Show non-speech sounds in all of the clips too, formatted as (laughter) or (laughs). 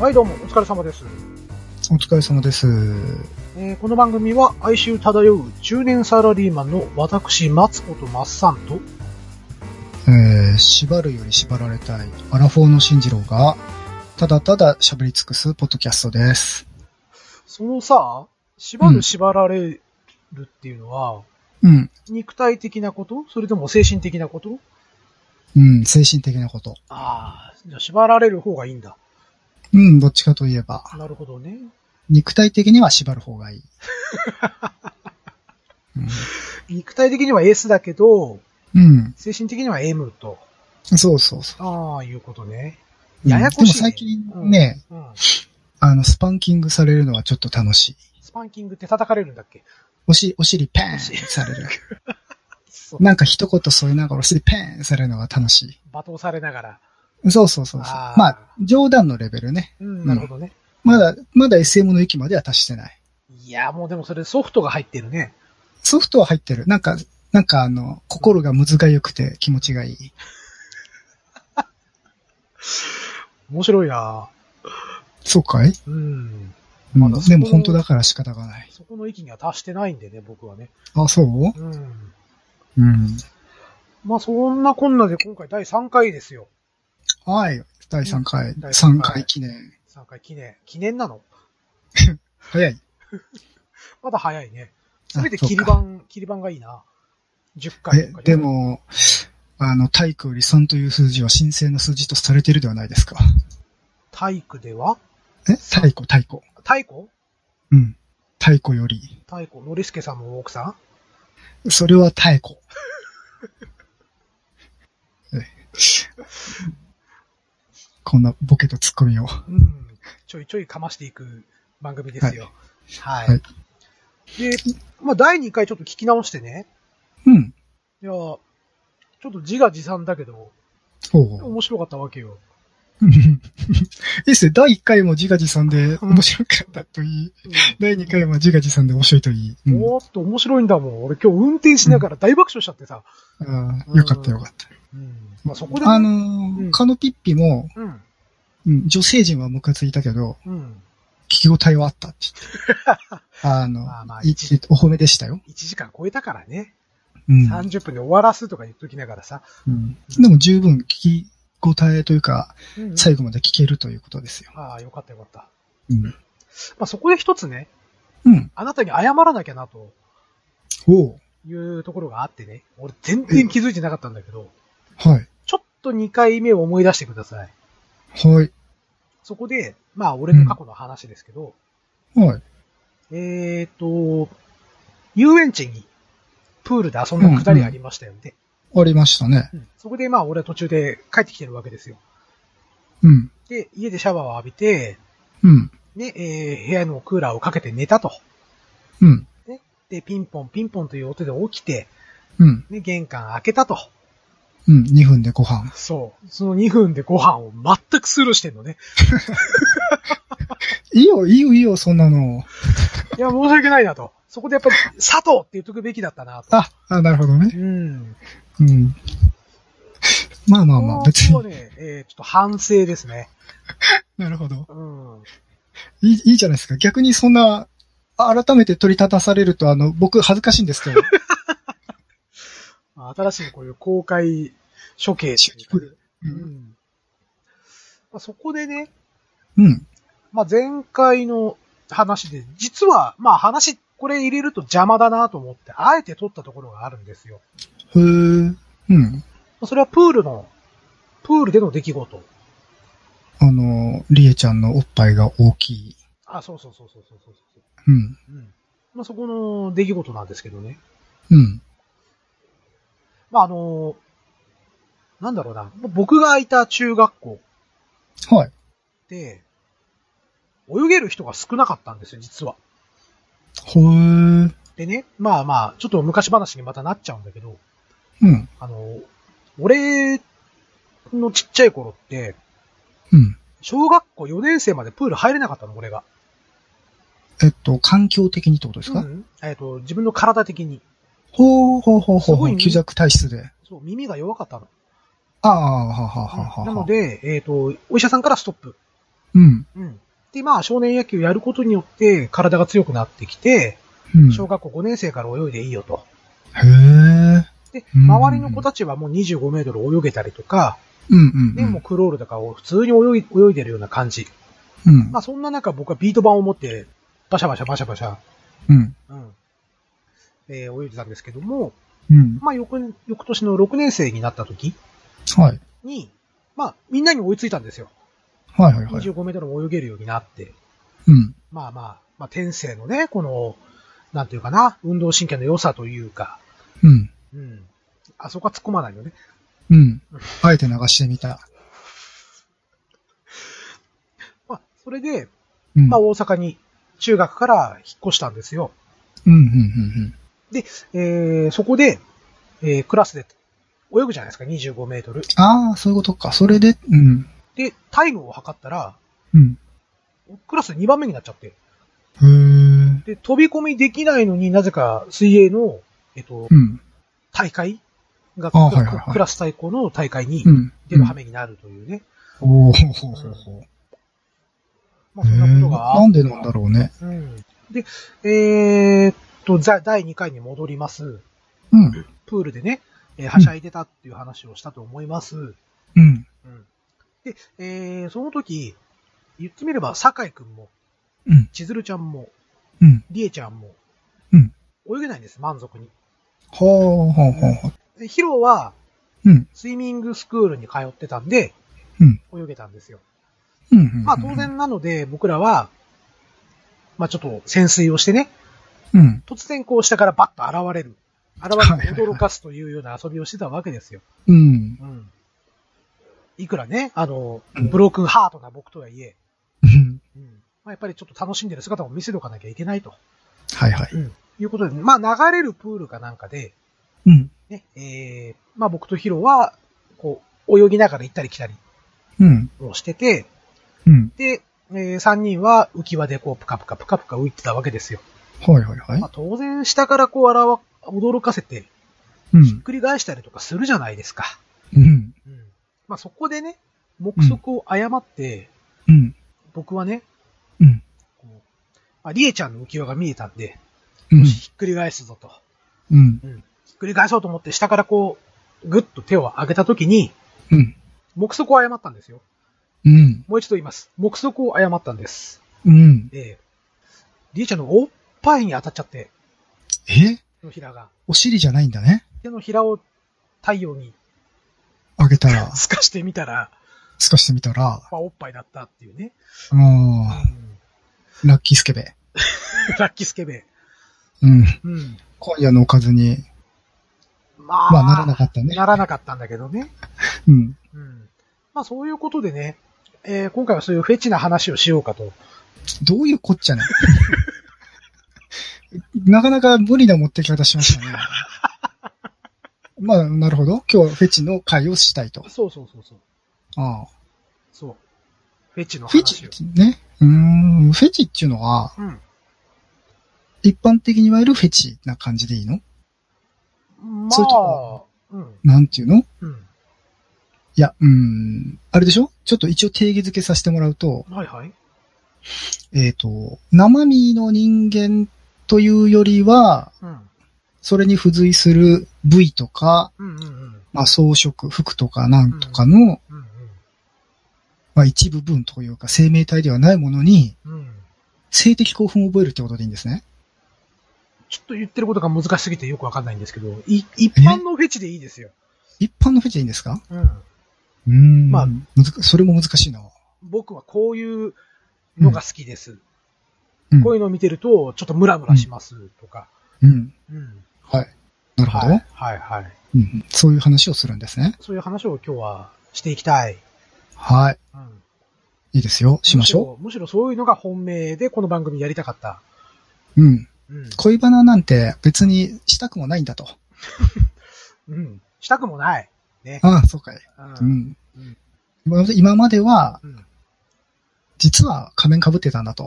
はい、どうも、お疲れ様です。お疲れ様です。えーこの番組は、哀愁漂う中年サラリーマンの私、松子とマッサンと、えー、縛るより縛られたい、アラフォーの新次郎が、ただただ喋り尽くすポッドキャストです。そのさ、縛うるん縛られるっていうのは、うん、肉体的なことそれとも精神的なことうん、精神的なこと。ああ、じゃあ縛られる方がいいんだ。うん、どっちかといえば、なるほどね。肉体的には縛る方がいい。肉体的には S だけど、うん、精神的には M と、うん、そうそうそああ、いうことね。う。ややこしいねでも最近ね、うん。あの、スパンキングされるのはちょっと楽しい。スパンキングって叩かれるんだっけおし、お尻ペーンされる。そうなんか一言添えながらお尻ペーンされるのが楽し罵倒されながら。い。そうそうそうそう。あーまあ、冗談のレベルね。うん、なるほどね。まだ、まだ SM の域までは達してない。いや、もうでもそれソフトが入ってるね。ソフトは入ってる。なんか、なんかあの、心がむずがゆくて気持ちがいい。面白いなそうかい、うん。うんまだそこでも本当だから仕方がない。そこの域には達してないんでね、僕はね。あ、そうん。ううん。まあそんなこんなで今回第3回ですよ。はい。第3回、第三3回回記念。 3回記念。記念なの早い。まだ早いね。あすべて切りそうか板、切り板がいいな。10回えとか。で。も、あの、体育より3という数字は神聖な数字とされてるではないですか。体育ではえ太鼓、太鼓。太鼓うん。太鼓より。太鼓。のりすけさんも奥さんそれは太鼓。 (laughs) えこんなボケとツッコミを。うん、ちょいちょいかましていく番組ですよ。はい。はいで、まあ、第2回ちょっと聞き直してね。うん。いや、ちょっと自画自賛だけど、ほう。 (laughs) 面白かったわけよ。うんいいっすね。第1回も自画自賛で面白かったといい。第2回も自画自賛で面白いといい。ううんんおーっと面白いんだもん。俺今日運転しながら大爆笑しちゃってさ。あーよかったよかっうん。まあ、そこで、た。あのうんー、カノピッピも、うん。うん女性陣はムカついたけど、うん。聞き応えはあったって (laughs) 言って。あのまあまあ、いいお褒めでしたよ。 1時間超えたからね。うん30分で終わらすとか言っときながらさ。うんでも十分聞き応えというか、うん最後まで聞けるということですよ。ああ、よかったよかった。うん。まあ、そこで一つね、うん。あなたに謝らなきゃなとおういうところがあってね。俺全然気づいてなかったんだけど。はい。ちょっと2回目を思い出してください。はい。そこで、まあ、俺の過去の話ですけど、はい。えーっ、と、遊園地にプールで遊んだくだりがありましたよね。ありましたね。うんそこで、まあ、俺は途中で帰ってきてるわけですよ。うん。で、家でシャワーを浴びて、うん。ね、えー部屋のクーラーをかけて寝たと。うん。で、ピンポンピンポンという音で起きて、うん。ね、玄関開けたと。うん。2分でご飯。そう。その2分でご飯を全くスルーしてんのね。いいよ、いいよ、いいよ、そんなの。いや、申し訳ないなと。そこでやっ (laughs) ぱり、佐藤って言っとくべきだったなと。あ、あ、なるほどね。うん。うん。 (laughs) まあまあまあ、別こに。れはね、えーちょっと反省ですね。なるほど。うん。いい、いいじゃないですか。逆にそんな、あ改めて取り立たされると、あの、僕恥ずかしいんで (laughs) すけど、まあ新しいこういう公開処刑っていうかねう。うんん。まあ、そこでね、うん。まあ、前回の話で、実は、まあ話、これ入れると邪魔だなと思って、あえて撮ったところがあるんですよ。ふー。うん。まあそれはプールの、プールでの出来事。あの、りえちゃんのおっぱいが大きい。あ、そうそうそうそうそうそうそう。うん。うん。まあ、そこの出来事なんですけどね。うん。まあ、あの、なんだろうな、僕がいた中学校はい。で、泳げる人が少なかったんですよ、実は。ほー。でね、まあまあ、ちょっと昔話にまたなっちゃうんだけど、うん。あの、俺のちっちゃい頃って、うん。小学校4年生までプール入れなかったの、俺が。えっと、環境的にってことですか、うんえっと、自分の体的に。ほーほーほーすほーごほいー。ね虚弱体質で。そう、耳が弱かったの。ああ、ははははは。なので、えっ、と、お医者さんからストップ。うん。うん。で、まあ、少年野球やることによって、体が強くなってきて、うん。小学校5年生から泳いでいいよと。へえ。で、うん周りの子たちはもう25メートル泳げたりとか、うんうん。ね、もうクロールとかを普通に泳い泳いでるような感じ。うんま。あ、そんな中僕はビート板を持って、バシャバシャバシャバシャ、うん。うん。えー泳いでたんですけども、うん。まあ、翌、翌年の6年生になった時はい。に、まあ、みんなに追いついたんですよ。はいはいはい。 25メートルも泳げるようになって。うん。まあまあ、まあ、天性のね、この、なんていうかな、運動神経の良さというか、うん。うん。あそこは突っ込まないよね。うん。あえて流してみた。まあ、それで、うん。まあ、大阪に、中学から引っ越したんですよ。うんうんうんえー、そこで、えー、クラスで泳ぐじゃないですか、25メートル。うん。ああ、そういうことか。それで、うん。で、タイムを測ったら、うん。クラス2番目になっちゃって。へえ。で、飛び込みできないのになぜか水泳の、えっとう、ん。大会が、あはいはいはいクラス対抗の大会にうん。出る羽目になるというね。おおほほほほ。まあ、そんなことがあっなんでなんだろうね。うん。で、えーっと、ざ第2回に戻ります。うん。プールでね、えーはしゃいでたっていう話をしたと思います。うん。うん。で、えー、その時、言ってみれば、酒井くんも、うん。千鶴ちゃんも、うん。りえちゃんも、うん。泳げないんです、満足に。ほうほうほうほう。でヒロは、うん。スイミングスクールに通ってたんで、うん。泳げたんですよ。うんうん。まあ、当。然なので、僕らは、まあ、ちょっと潜水をしてね、うん。突然こう下からバッと現れる。現れて驚かすというような遊びをしてたわけですよ。うん。うん。いくらね、あのう、んブロークンハートな僕とはいえ、うんうん。まあ、やっぱりちょっと楽しんでる姿も見せておかなきゃいけないと。はいはい。いうことで、まあ流れるプールかなんかで、うん。ね、えー、まあ僕とヒロは、こう、泳ぎながら行ったり来たりうん。をしてて、うん。で、えー、3人は浮き輪でこう、プカプカプカプカ浮いてたわけですよ。はいはいはいまあ。当然下からこう、あらわ、驚かせて、うひっん。くり返したりとかするじゃないですか。うん。うん。まあ、そこでね、目測を誤って、うん。僕はね、うん。こう、あ、りえちゃんの浮き輪が見えたんで、うんよし。ひっくり返すぞと。うん。ひっくり返そうと思って、下からこう、ぐっと手を上げたときに、うん。目測を誤ったんですよ。うん。もう一度言います。目測を誤ったんです。うん。ええりえちゃんのおっぱいに当たっちゃって、え手のひらが。お尻じゃないんだね。手のひらを太陽にあげたら、透かしてみたら、透かしてみたら、まあ、おっぱいだったっていうね。もうんう、ラッキースケベ。ラッキースケベ。うん。うん。今夜のおかずに、まあ、まあならなかったね。ならなかったんだけどね。うん。うん。まあそういうことでね、えー今回はそういうフェチな話をしようかと。どういうこっちゃね。なかなか無理な持ってき方しましたね。まあ、なるほど。今日はフェチの会をしたいと。そうそうそうそう。ああそう。フェチのフェチ話を。ね。うーん。フェチっていうのは、うん。一般的にいわゆるフェチな感じでいいのまそういうとあこ、うん。なんていうのうん。いや、うーん。あれでしょちょっと一応定義づけさせてもらうと、はいはい。えっ、と、生身の人間というよりは、うん。それに付随する部位とか、うんうんうん。まあ装飾、服とかなんとかの、うんまあ一部分というか生命体ではないものに、うん。うん。性的興奮を覚えるってことでいいんですね。ちょっと言ってることが難しすぎてよくわかんないんですけど、い、一般のフェチでいいですよ。一般のフェチでいいんですかうん。うーん。まあむずかそれも難しいな。僕はこういうのが好きです。うんこういうのを見てると、ちょっとムラムラしますとか。うん。うん。はい。なるほど、はいはいはい。うんうん。そういう話をするんですね。そういう話を今日はしていきたい。はい。うん。いいですよ。しましょう。むしろそういうのが本命でこの番組やりたかった。う。うん。うん。恋バナなんて別にしたくもないんだと。うん。したくもない。ね。ああ、そうかい。う。うんん。今までは、うん実は仮面被ってたんだと。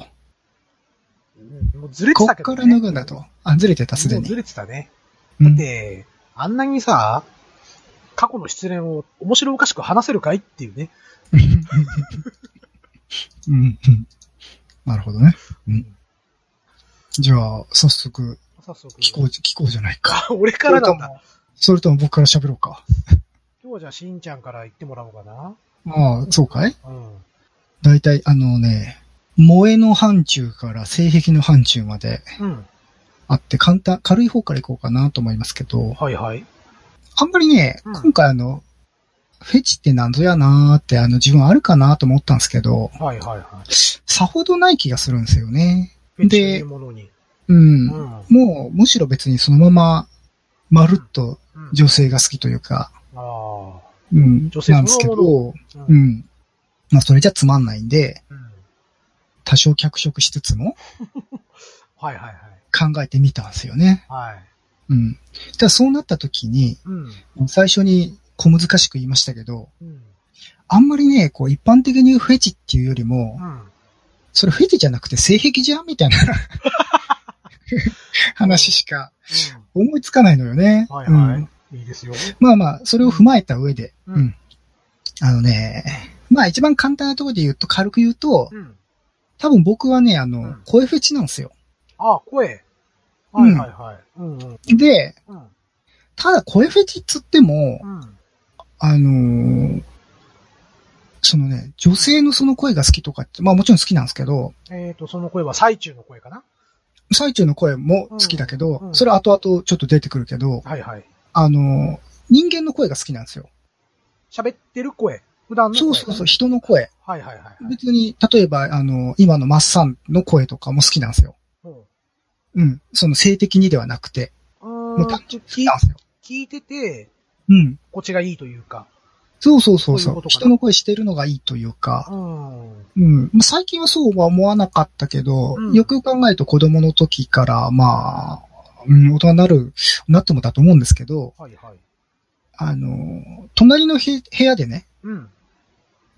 うんもうずれてこたっけどね。から脱ぐんだと。あ、ずれてた、すでもうずに。れてたね。うだっん、て、あんなにさ、過去の失恋を面白おかしく話せるかいっていうね。うん、うん。なるほどね。うん。じゃあ、早速、早速。聞こう、聞こうじゃないか。 (laughs) 俺からなんだ。それとも僕から喋ろうか。今日はじゃあ、しんちゃんから言ってもらおうかな。ああ、そうかいうん。大体、あのね、萌えの範疇から性癖の範疇までうん。あって、簡単、軽い方からいこうかなと思いますけど、はいはい。あんまりね、うん今回あの、フェチってなんぞやなーって、あの、自分あるかなと思ったんですけど、はいはいはい。さほどない気がするんですよね。フェチというものに。うん。うん。もう、むしろ別にそのまま、まるっとうん女性が好きというか、ああ。うん、女性なんですけそのど、うんう。ん。まあ、それじゃつまんないんで、うん多少脚色しつつもはいはい考えてみたんですよね。はい。はい。うん。ただそうなった時に、うん。最初に小難しく言いましたけど、うん。あんまりね、こう一般的に言うフェチっていうよりもう、ん。それフェチじゃなくて性癖じゃんみた (laughs) いな話しか思いつかないのよね。はいうはんい。いいですよ。まあまあ、それを踏まえた上で、ううんん。あのね、まあ一番簡単なところで言うと、軽く言うと、うん。多分僕はね、あの、うん声フェチなんですよ。ああ、声。うはいんはいはい。うんうん。で、うん。ただ声フェチっつってもう、ん。あのーそのね、女性のその声が好きとかって、まあもちろん好きなんですけど、えっ、と、その声は最中の声かな最中の声も好きだけど、うんうんそれは後々ちょっと出てくるけど、はいはい。あのー人間の声が好きなんですよ。喋ってる声。普段のそ声。うそうそう、人の声。はいはいはい。別に、例えば、あのー今のマッサンの声とかも好きなんですよ。もうん。その性的にではなくて。う、うーもんう単純に好聞きなんですよ。聞いてて、うん。こっちがいいというか。そうそうそそういうそううことかな人の声してるのがいいといううか。ん。うん。まあ最近はそうは思わなかったけど、うんよくよく考えると子供の時から、まあ、うん、大人になる、なってもだと思うんですけど、はいはい。あの、隣のへ部屋でね、うん。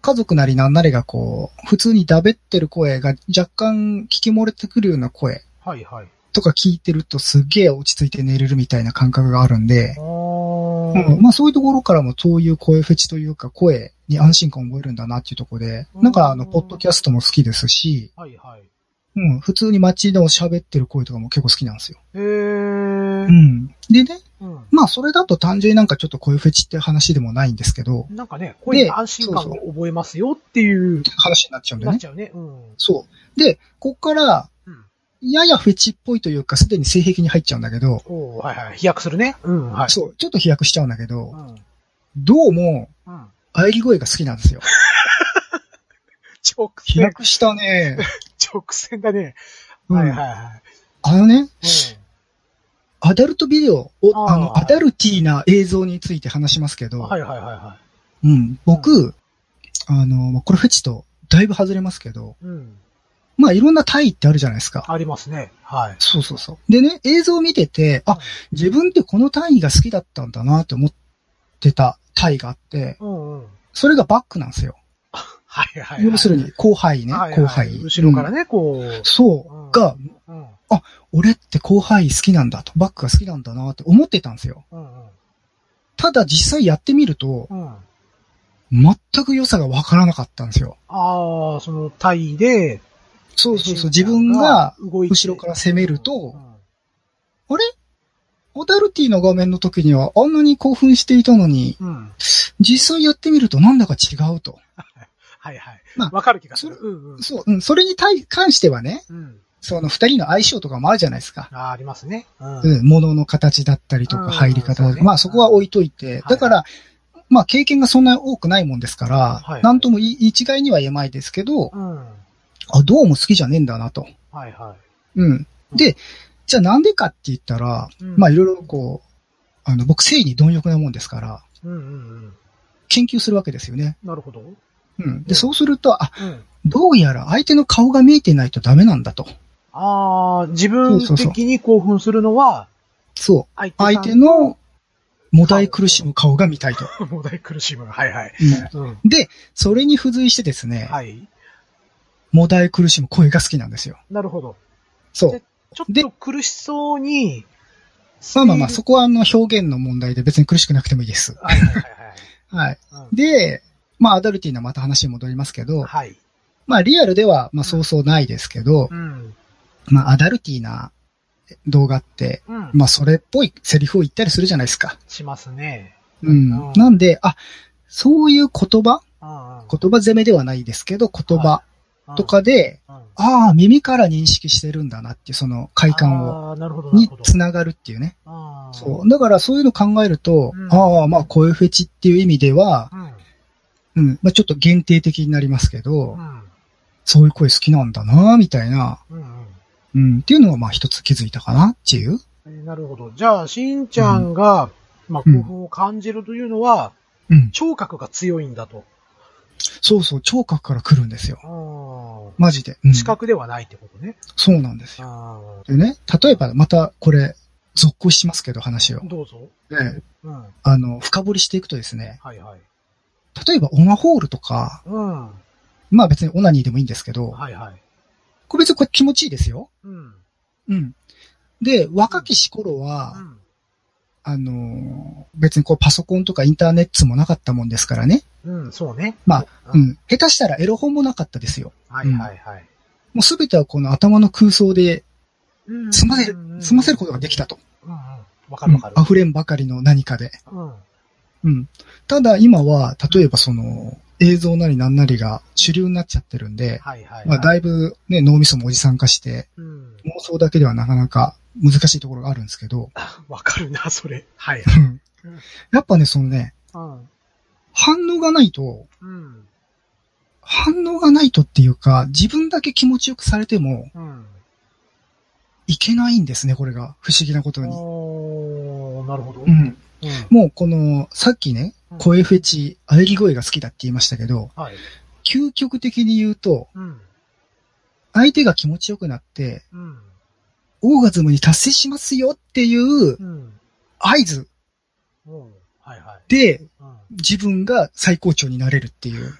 家族なりなんなりがこう、普通にだべってる声が若干聞き漏れてくるような声はいはい。とか聞いてるとすげえ落ち着いて寝れるみたいな感覚があるんであ、ーうん、まあそういうところからもそういう声フェチというか声に安心感を覚えるんだなっていうところで、うんなんかあの、ポッドキャストも好きですし、はいはい。うん、普通に街で喋ってる声とかも結構好きなんですよ。へーう。ん。でね、うん。まあそれだと単純になんかちょっと声フェチって話でもないんですけど、なんかね、声に安心感そうを覚えますよっていう、話になっちゃうんだよなっね。ちゃうね。うん。そう。で、こっから、うん。ややフェチっぽいというか、すでに性癖に入っちゃうんだけど、おーはいはい。飛躍するね。うん、はい。そう、ちょっと飛躍しちゃうんだけうど、ん。どうも、うん。喘ぎ声が好きなんですよ。直飛線、躍し (laughs) たね。直線だね。うんはいはいはい。あのね、うん。アダルトビデオを、あーあの、アダルティーな映像について話しますけど、はいはいはいはうん、僕、あの、まあこれフェチとだいぶ外れますけど、い。うん。まあいろんな体位ってあるじゃないですか。ありますね。はい。そうそうそう。でね、映像を見てて、うんあ、自分ってこの単位が好きだったんだなって思ってた体位があって、うんうん。それがバックなんですよ。はいはい、はい。要するに、後輩ね、はいはい、後輩。後ろからね。ね、こう。そう。が、うん。俺って後輩好きなんだと、バックが好きなんだなって思ってたんですよ。うんただ実際やってみると、うん。うん。全く良さがわからなかったんですよ。ああ、その体位で、そうそうそう、自分が動いて後ろから攻めるとう、んオダルティの画面の時にはあんなに興奮していたのに、うん。うん実際やってみるとなんだか違うと。はいはい。まあわかる気がする。そうんうん。そう、うん、それに対関してはね、うん。その二人の相性とかもあるじゃないですか。あーありますね。うん。うん、物の形だったりとうんか入り方だそうとねか、まあそこは置いといいて、だから、まあ経験がそんな多くないもんですかはらい、なんともい一概には言えないですけど、うん。あ、どうも好きじゃねえんだなと。はいはうん。で、じゃあなんでかって言ったら、い。うんまあいろいろこう、あの、僕性に貪欲なもんですから、うんうんうん。研究するわけですよね。なるほど。うん。うん。で、そうすると、あ、あどうやら相手の顔が見えてないとダメなんだと。あー、自分的に興奮するのは、そう。相手さん相手の、もだい苦しむ顔が見たいと。問題苦しむ。はいはい。うんうん。で、それに付随してですね、はい。もだい苦しむ声が好きなんですよ。なるほど。そう。ちょっでと苦しそうに、まあまあまあ、そこはあの表現の問題で別に苦しくなくてもいいです。はいはいはいはい。はい。うんで、まあアダルティーなまた話に戻りますけど、はい。まあリアルでは、まあそうそうないですけどう、ん。まあアダルティーな動画って、うん。まあそれっぽいセリフを言ったりするじゃないですか。しますね。うんうん。なんで、あ、そういう言葉うんうん。言葉攻めではないですけど、言葉うんと、かで、うんああ、耳から認識してるんだなっていう、その快感を、あーなるほど、なるにほど。つながるっていうね。あーそう。だからそういうの考えると、うんああ、まあ、声フェチっていう意味では、うん。うん、まあちょっと限定的になりますけど、うん。そういう声好きなんだな、みたいな、うん、うん、っていうのはまあ一つ気づいたかなっていう。うん。なるほど。じゃあ、しんちゃんが、まあ、うん興奮を感じるというのは、うん。聴覚が強いんだと。そうそう、聴覚から来るんですよ。あマジで。うんー視覚ではないってことね。そうなんですよ。あでね、例えばまたこれ、続行しますけど、話をー。どうぞ。でうん。はあの、深掘りしていくとですね、いはい。例えばオナホールとか、うん。はまあ別にオナニーでもいいんですけど、いはい。これ別にこれ気持ちいいですよ。うん。うん。で、若きし頃は、うん。あのー別にこうパソコンとかインターネットもなかったもんですからね。うん、そうね。まあう。ん。下手したらエロ本もなかったですよ。はいはいはい。もうすべてはこの頭の空想でうん済ませ、済ませることができた。と。うんうん。わかるわかるうん。溢れんばかりの何かで。うん。うん。ただ今は、例えばその、映像なりなんなりが主流になっちゃってるんで、はいはい。まあだいぶね、脳みそもおじさん化して、うん。妄想だけではなかなか難しいところがあるんですけど、わかるな、それ。はい。うん (laughs) やっぱね、そのね、うん。反応がないと、うん。反応がないとっていうか、自分だけ気持ちよくされてもうん。いけないんですね、これが。不思議なことに。おー、なるほど。ううんん。もうこの、さっきね、声フェチ、喘ぎ声が好きだって言いましたけど、はい。究極的に言うと、うん。相手が気持ちよくなって、うん。オーガズムに達成しますよっていううん。合図おーはいはい。で、うん。自分が最高潮になれるっていう、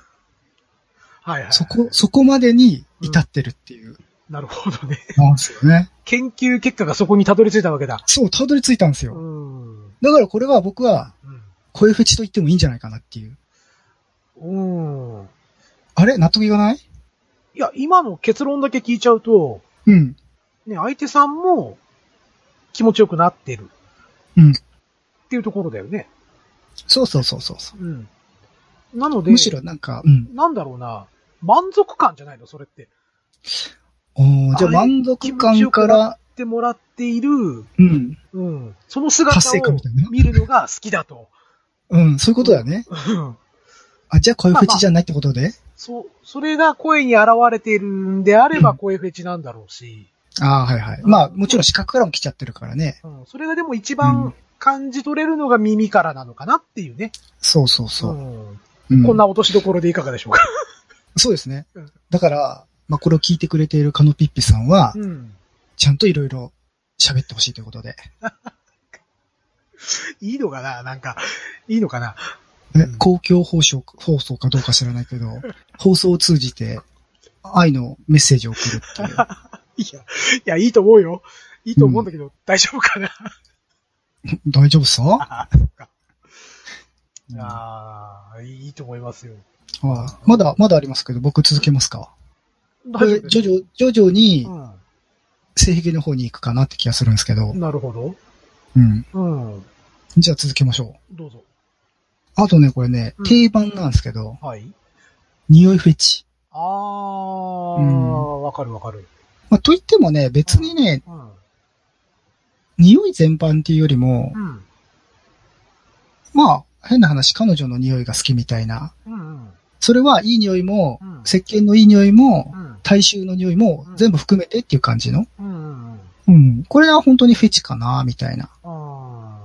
はいはい。そこ、そこまでに至ってるっていう。なるほどね。なんですよね。研究結果がそこにたどり着いたわけだ。そう、たどり着いたんですうよ。ん。うん。だからこれは僕は、声フェチと言ってもいいんじゃないかなっていう。うん。あれ納得いかないいや、今の結論だけ聞いちゃうと、うん。ね、相手さんも気持ちよくなってる。うんっていうところだよね。そうそうそうそうそうん。なのう。で、むしろなんか、うん。なんだろうな、満足感じゃないの、それって。おーじゃああれ満足感から、ってもらっている、うん。うん。その達姿成感をみたいな。見るのが好きだと。うん、そういうことだね。うんあ、じゃあ声フェチじゃないってことで、そう、それが声に現れているんであれば声フェチなんだろうし、ああー、はいはい。まあ、もちろん視覚からも来ちゃってるからね。うん。それがでも一う番ん感じ取れるのが耳からなのかなっていうね。そうそうそう。うんうん、こんな落としどころでいかがでしょうか。そうですねうん。だから、まあこれを聞いてくれているカノピッピさんは、うん。ちゃんといろいろ喋ってほしいということで。いいのかななんか、いいのかなねうん公共放送放送かどうか知らないけど、 (laughs) 放送を通じて愛のメッセージを送るっていう。 (laughs) いや、いや、いいと思うよ。いいと思うんだけど、大丈夫かな大丈夫さ、あうんああー、いいと思いますよ。あまだ、まだありますけど、僕続けますかこ大丈れ夫徐々、徐々に々、性癖の方に行くかなって気がするんですけどうん。。なるほど。うん。うん。じゃあ続けましょう。どうぞ。あとね、これねうん、定番なんですけど、はい。匂いフェチ。あー、うんわかるわかる。まあ、といってもね、別にね、うん。匂い全般っていうよりもう、ん。まあ、変な話、彼女の匂いが好きみたいな。うんうん。それはいい匂いもう、ん石鹸のいい匂いもう、ん。大衆の匂いもうん全部含めてっていう感じの。うんうんうん。うん。これは本当にフェチかな、みたいな。あ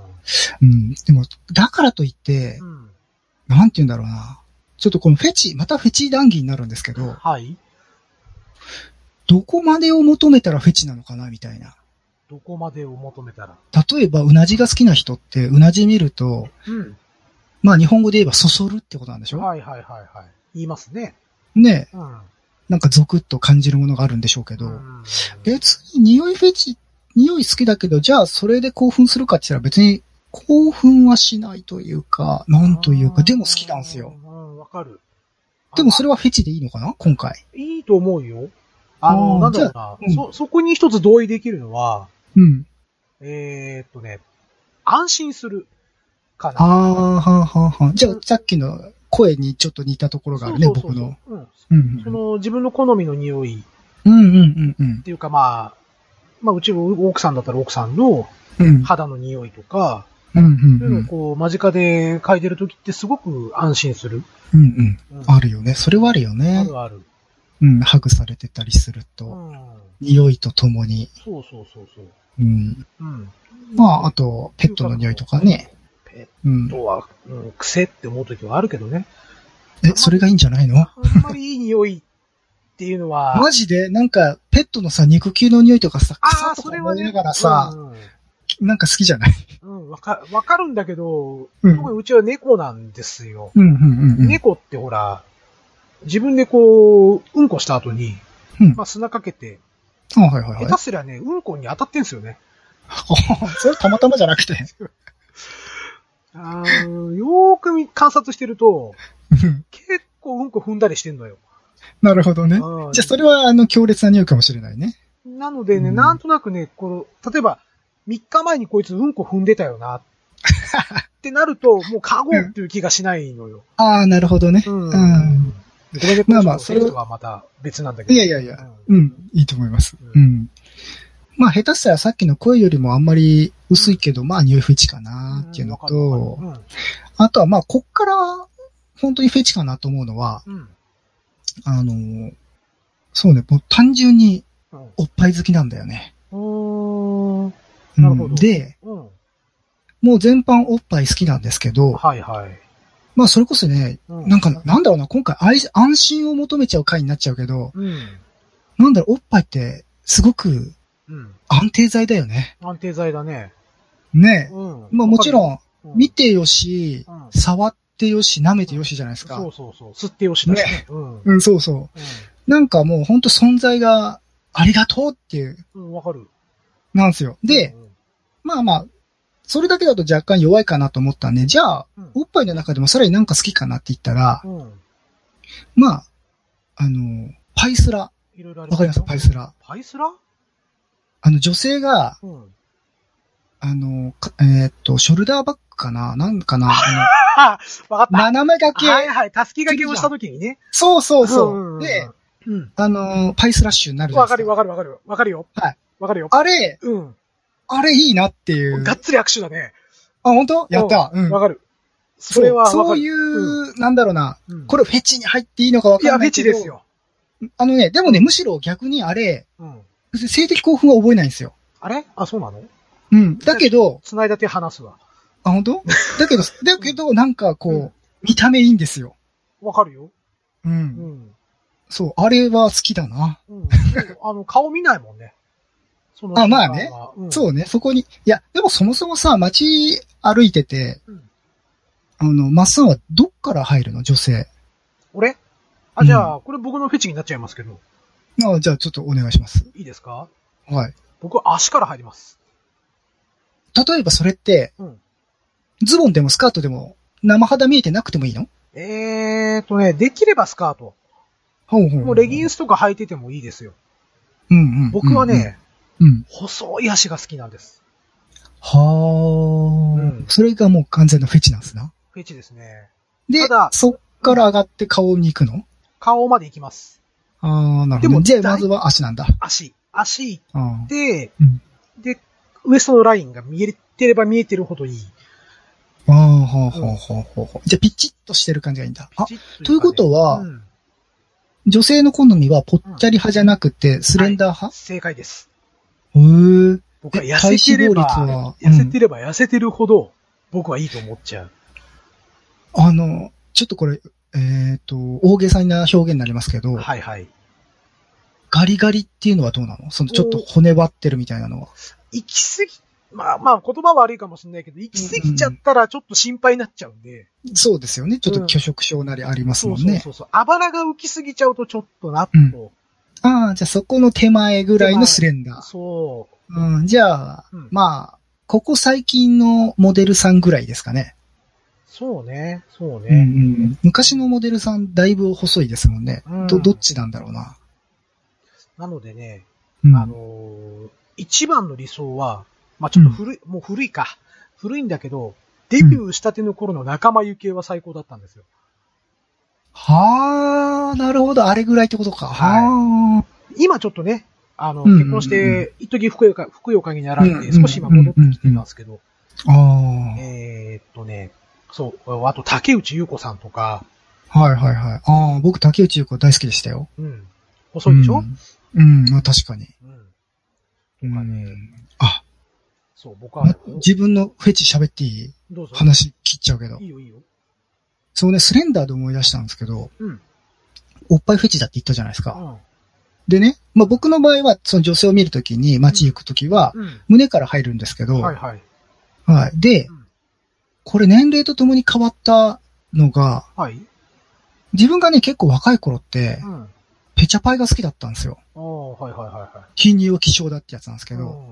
うん。でも、だからといってー。う、ん。なんて言うんだろうな。ちょっとこのフェチ、またフェチ談義になるんですけど、はい。どこまでを求めたらフェチなのかな、みたいな。どこまでを求めたら。例えば、うなじが好きな人って、うなじ見ると、うん。まあ日本語で言えばそそるってことなんでしょはいはいはいはい。言いますね。ねえうん。なんかゾクッと感じるものがあるんでしょうけど、うん別に匂いフェチ、匂い好きだけど、じゃあそれで興奮するかって言ったら別に興奮はしないというか、なんというあか、ーでも好きなんですよ。。うん、わかる。でもそれはフェチでいいのかな今回。いいと思うよ。あの、あーなんだろうな、じゃあそ、そこに一つ同意できるのは、うん。えーっとね、安心するかあな。あ、はあ、はあ、はあ。じゃあ、さっきの声にちょっと似たところがあるね、そうそう僕の。そう。うん。うんその、自分の好みの匂いっうん。うんうんうんていうか、まあ、まあ、うちの奥さんだったら奥さんのうん。うん。肌の匂いとか、うんうんそういううのをん。こう、間近で嗅いでるときってすごく安心する。うんうん。うんあるよね。それはあるよあね。るある。うん。ハグされてたりするうと、ん。匂いとともに。そうそうそうそう。うん。うん。まあ、あと、ペットの匂いとかね。ペうんッ。トは、うん、癖って思うときはあるけどね。え、それがいいんじゃないのあんまりいい匂いっていうのは、 (laughs) マジで、なんか、ペットのさ、肉球の匂いとかさ、ああ、草とそかれは思ね。いながらさ、うんなんか好きじゃない (laughs) うん、うんわか、わかるんだけど、うん特にうちは猫なんですよ。うんうんうん。猫ってほら、自分でこう、うんこした後に、うんまあ砂かけて、あはいはいはい下手。すりゃね、うんこに当たってんすよね。 (laughs) それたまたまじゃなくて。あーよーく見観察してると、結構うんこ踏んだりしてんのよ。なるほどね。うんじゃあそれは、あの、強烈な匂いかもしれないね。なのでね、うんなんとなくね、この、例えば、3日前にこいつうんこ踏んでたよ (laughs) な、ってなると、もうカゴっていう気がしないのよ。ああ、なるほどね。うん。うんごめんね、まあまあままああ、そそれれはとはまた別なんだけど。いやいやいや、うん、いいと思います。う。うんまあ、下手したらさっきの声よりもあんまり薄いけど、まあ、匂いフェチかなっていうのとう、ん、わかるわかあとはまあ、こっから、本当にフェチかなと思うのは、るうん。あの、そうね、もう単純にうんおっぱい好きなんだよね。うん。うーんうんなるほどで、うん。もう全般おっぱい好きなんですけど、はいはい。まあそれこそね、うんなんか、なんだろうな、今回愛安心を求めちゃう回になっちゃうけど、うん。なんだろう、おっぱいって、すごくうん。安定剤だよね。安定剤だね。ねえ。うん。まあもちろん、ん、見てよし、うん触ってよし、舐めてよしじゃないですかそう。そうそう。吸ってよしだしね。うん。うんうん、そうそう。なんかもうほんと存在がありがとうっていう、うん。わかる。なんですよ。で、まあまあ、それだけだと若干弱いかなと思ったんで、じゃあ、うん、おっぱいの中でもさらになんか好きかなって言ったら、うん。うん。まあ、あの、パイスラ。いろいろありわかりますパイスラ。パイスラあの、女性が、うん。あの、かえーっと、ショルダーバッグかななんかなああわかっ (laughs) のた。斜め掛け。はいはい。たすき掛けをしたときにね。そうそうそう。んで、、うん。あのーパイスラッシュになるじゃなわいでかするか。よわかるわかる。わかるよ。はい。わかるよ。あれ、うん。あれいいなっていう。があっ、つり握手だね。本当やった。うん。わかる。それはわかそる。うそういう、なんだろうな。うん、これフェチに入っていいのかわいかや、んフなェいけチど。です。よ。あのね、でもね、むしろ逆にあれ、うん。別に性的興奮は覚えないんですよ。あれあ、そうなのうん。だけど、繋いだ手話すわ。あ、本当？だけど、だけど、なんかこう、うん見た目いいんですよ。わかるよ。うん。うん。そう、あれは好きだな。うん。あの、顔見ないもんね。そのあまあね。うん、そうね、そこに。いや、でもそもそもさ、街歩いてて、うんあの、マッサンはどっから入るの女性。俺あ、じゃあ、これ僕のフェチになっちゃいますけど、あじゃあちょっとお願いします。いいですかはい。僕、足から入ります。例えばそれって、うんズボンでもスカートでも生肌見えてなくてもいいのえーとね、できればスカート。ほうほうもうレギンス、スとか履いててもいいですよ。うんうんうん僕はね、、うん。細い足が好きなんです。はうあ、んそれがもう完全のフェチなんですな。フェチですね。でただ、そっから上がって顔に行くの顔まで行きます。ああ、なるほでど。もじゃあ、だいまずは足なんだ。足。足行あって、うんで、ウエストのラインが見えてれば見えてるほどいい。あ、ほうほうほうほうほう。じゃあ、ピチッとしてる感じがいいんだ。あ、ということはうん女性の好みはぽっちゃり派じゃなくて、スレンダー派、正解です。へえ。僕はえ痩せてれ体脂肪ば、率はうん痩せてれば痩せてるほど、僕はいいと思っちゃう。あの、ちょっとこれ、えっ、と、大げさな表現になりますけど、はいはい。ガリガリっていうのはどうなのその、ちょっと骨張ってるみたいなのは。行き過ぎ、まあまあ言葉悪いかもしれないけど、行き過ぎちゃったらちょっと心配になっちゃうんで。そうですよね。ちょっと拒食症なりありますそもうんそうね。そうそう。あばらが浮きすぎちゃうとちょっとなうんと。ああ、じゃあそこの手前ぐらいのスレンダそー。うん、じゃあ、う。うんまあ、ここ最近のモデルさんぐらいですかね。そうね、そううんうね。ん、昔のモデルさん、だいぶ細いですもんね。うんど、どっちなんだろうな。なのでね、うん、あのー一番の理想は、まあちょっと古い、もう古いか。古いんだけど、デビューしたての頃の仲間由紀恵は最高だったんですよ。はあ、なるほど、あれぐらいってことか。は今ちょっとね、あの、うんうんうん結婚して、一時福岡、福岡にならうんうんれうんて、少し今戻ってきてますけど、あ。あえーっとね、そう、あと竹内優子さんとか、あ。はいはいはい。ああ、僕、竹内優子大好きでしたよ。うん、細いでしょ、うん、うんまあ確かに。うん、うかねん。あ、そう、僕はま、自分のフェチ喋っていいどうぞ。話切っちゃうけどい。いよいいよ。そうね、スレンダーで思い出したんですけど、うん。おっぱいフェチだって言ったじゃないですうか。ん。でね、まあ僕の場合は、その女性を見るときに、街行くときは、う胸から入るんですけど、ん。はいはい。はい。でうん、これ年齢とともに変わったのが、はい。自分がね、結構若い頃ってう、ん。ペチャパイが好きだったんですよ。ああ、はいはいはいはい。金融は希少だってやつなんですけど、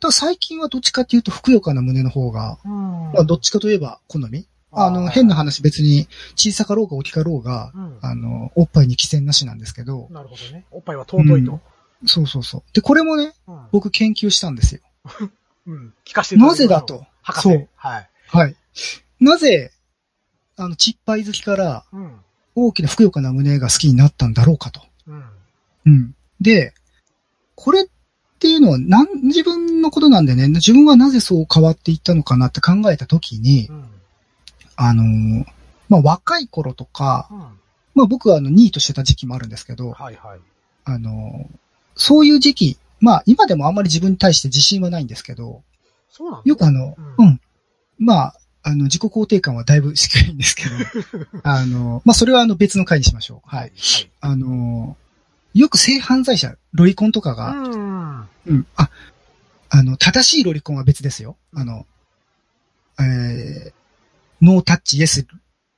ただ最近はどっちかっていうと、ふくよかな胸の方が、うん。まあどっちかといえば好み。あーあの、変な。話別に小さかろうが大きかろうが、うん。あの、おっぱいに寄せなしなんですけど、なるほどね。おっぱいは尊いと。そうそうそう。で、これもね、うん。僕研究したんですよ。うん。聞かせていたなだきましょぜうだ。と。博そ士う。はい。はい。なぜ、あの、ちっぱい好きからうん。大きなふくよかな胸が好きになったんだろうかと。うん。うん。で、これっていうのは、なん、自分のことなんでね、自分はなぜそう変わっていったのかなって考えたときにう、ん。あのーまあ、若い頃とか、うん。まあ、僕はあの、ニートしてた時期もあるんですけど、はいはい。あのーそういう時期、まあ、今でもあんまり自分に対して自信はないんですけど、そうなんだ。よくあうの、うんん、まあ、あの、自己肯定感はだいぶ低いんですけど、 (laughs) あの、まあ、それはあの別の回にしましょう。ははいい。。あの、よく性犯罪者、ロリコンとかが、うん。うん、あ、あの、正しいロリコンは別ですよ。あの、えー、ノータッチイエス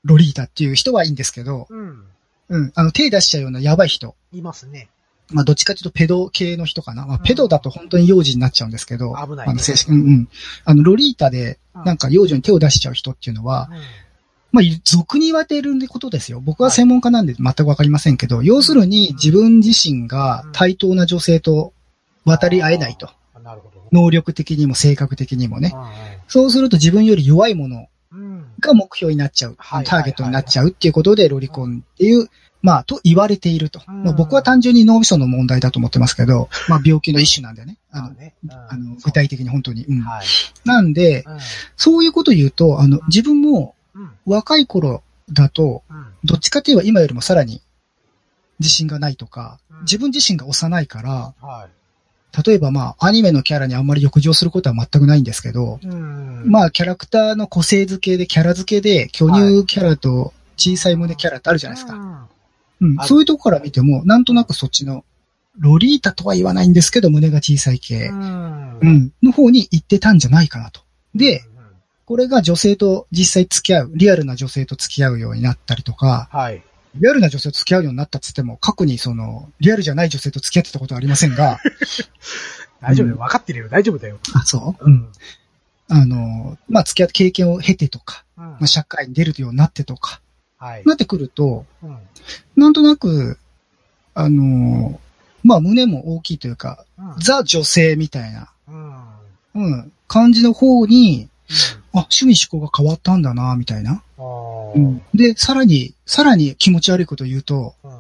ロリータっていう人はいいんですけど、うん。うん、あの、手出しちゃうようなやばい人。いますね。まあ、どっちかというとペド系の人かな。まあ、うんペドだと本当に幼児になっちゃうんですけど、危ないねあの、正式、うんうん。あの、ロリータで、なんか幼女に手を出しちゃう人っていうのは、まあ、俗に言われていることですよ。僕は専門家なんで全くわかりませんけど、要するに自分自身が対等な女性と渡り合えないと。うん。なるほど。能力的にも性格的にもね。うそうすると自分より弱いものんうん。が目標になっちゃう。はいターゲットになっちゃうっていうことでロリコンっていう、まあ、と言われていると。うんまあ、僕は単純に脳みその問題だと思ってますけ (laughs) ど、まあ、病気の一種なんだよね。あの、ね。あの具体的に本当に。うんに。はい。なんで、そういうことを言うと、あの、自分もうん。うん。若い頃だと、うん。どっちかといえば今よりもさらに自信がないとかうん、自分自身が幼いから、は例えばまあアニメのキャラにあんまり欲情することは全くないんですけど、い。うん。まあキャラクターの個性付けでキャラ付けで巨乳キャラと小さい胸キャラってあるじゃないですか。か。うんあるそういうとこから見ても、なんとなくそっちのロリータとは言わないんですけど胸が小さい系う、ん。う。ん、の方に行ってたんじゃないかなと。で、、これが女性と実際付き合う、リアルな女性と付き合うようになったりとか、はい。リアルな女性と付き合うようになったっつっても、過去にその、リアルじゃない女性と付き合ってたことはありませんが、大丈夫だうよ。分かってるよ。大丈夫だよ。 (laughs) あ、そうん。あの、まあ、付き合って経験を経てとか、うんまあ、社会に出るようになってとか、はい。なってくると、うん。なんとなく、あの、まあ、胸も大きいというか、うんザ女性みたいな、うん。うん、感じの方に、あ、趣味思考が変わったんだな、みたいな。ああ。で、さらに、さらに気持ち悪いことを言うと、うん。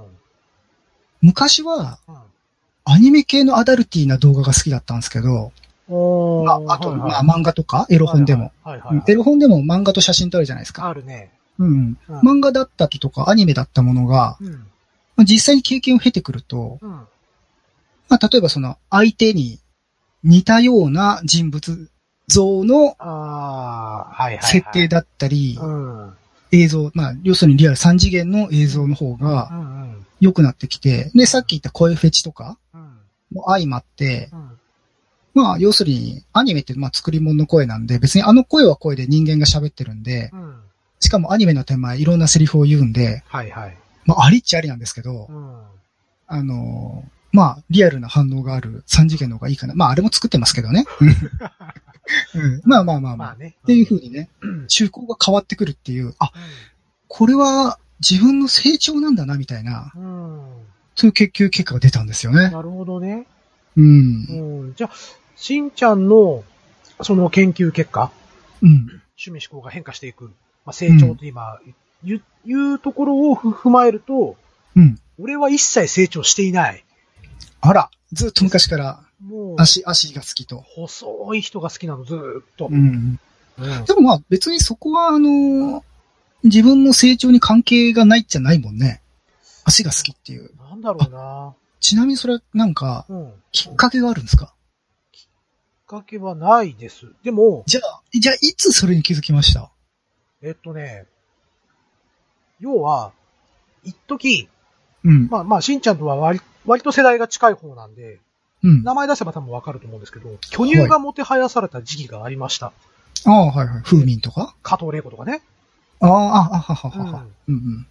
昔は、うん。アニメ系のアダルティーな動画が好きだったんですけど、おまあ、あと、まあ、漫画とか、エロ本でも。。はいはいはいうんエ。ロ本でも漫画と写真ってあるじゃないですか。あるね。うん。うん漫画だったりとか、アニメだったものが、うん。まあ実際に経験を経てくると、うん。まあ、例えばその、相手に似たような人物像のああー、はいはいはい。設定だったり、うん。うん映像、まあ、要するにリアル3次元の映像の方うがん。良くなってきて、で、さっき言った声フェチとかうん。も相まって、うん。まあ、要するに、アニメってまあ作り物の声なんで、別にあの声は声で人間が喋ってるんで、うん。しかもアニメの手前いろんなセリフを言うんで、はいはい。まあ、ありっちゃありなんですけどう、ん。あのーまあ、リアルな反応がある3次元の方がいいかな。まあ、あれも作ってますけどね。うん。まあまあまあまあ。まあね。っていうふうにね、うん中高が変わってくるっていう、あ、これは自分の成長なんだな、みたいな、うん。うんそういう研究結果が出たんですよね。なるほどね。う。うんん。じゃあ、しんちゃんの、その研究結果、うん。趣味思考が変化していく、まあ、成長と今、言う、いうところをふ踏まえると、うん。俺は一切成長していない。あら、ずっと昔からもう、足、足が好きと。細い人が好きなの、ずーっと。うん。うんでもまあ別にそこはあのー自分の成長に関係がないっちゃないもんね。足が好きっていう。なんだろうなちなみにそれなんか、うん。きっかけがあるんですかきっかけはないです。でも、じゃあ、じゃあいつそれに気づきましたえっとね、要は、一時、うん。まあまあ、しんちゃんとは割割と世代が近い方なんで、うん。あ名前出せば多分わかると思うんですけど、巨乳がもてはやされた時期がありました。あ、はいはい。風民とか加藤玲子とかね。ああ、ああ、はははは。うんうん。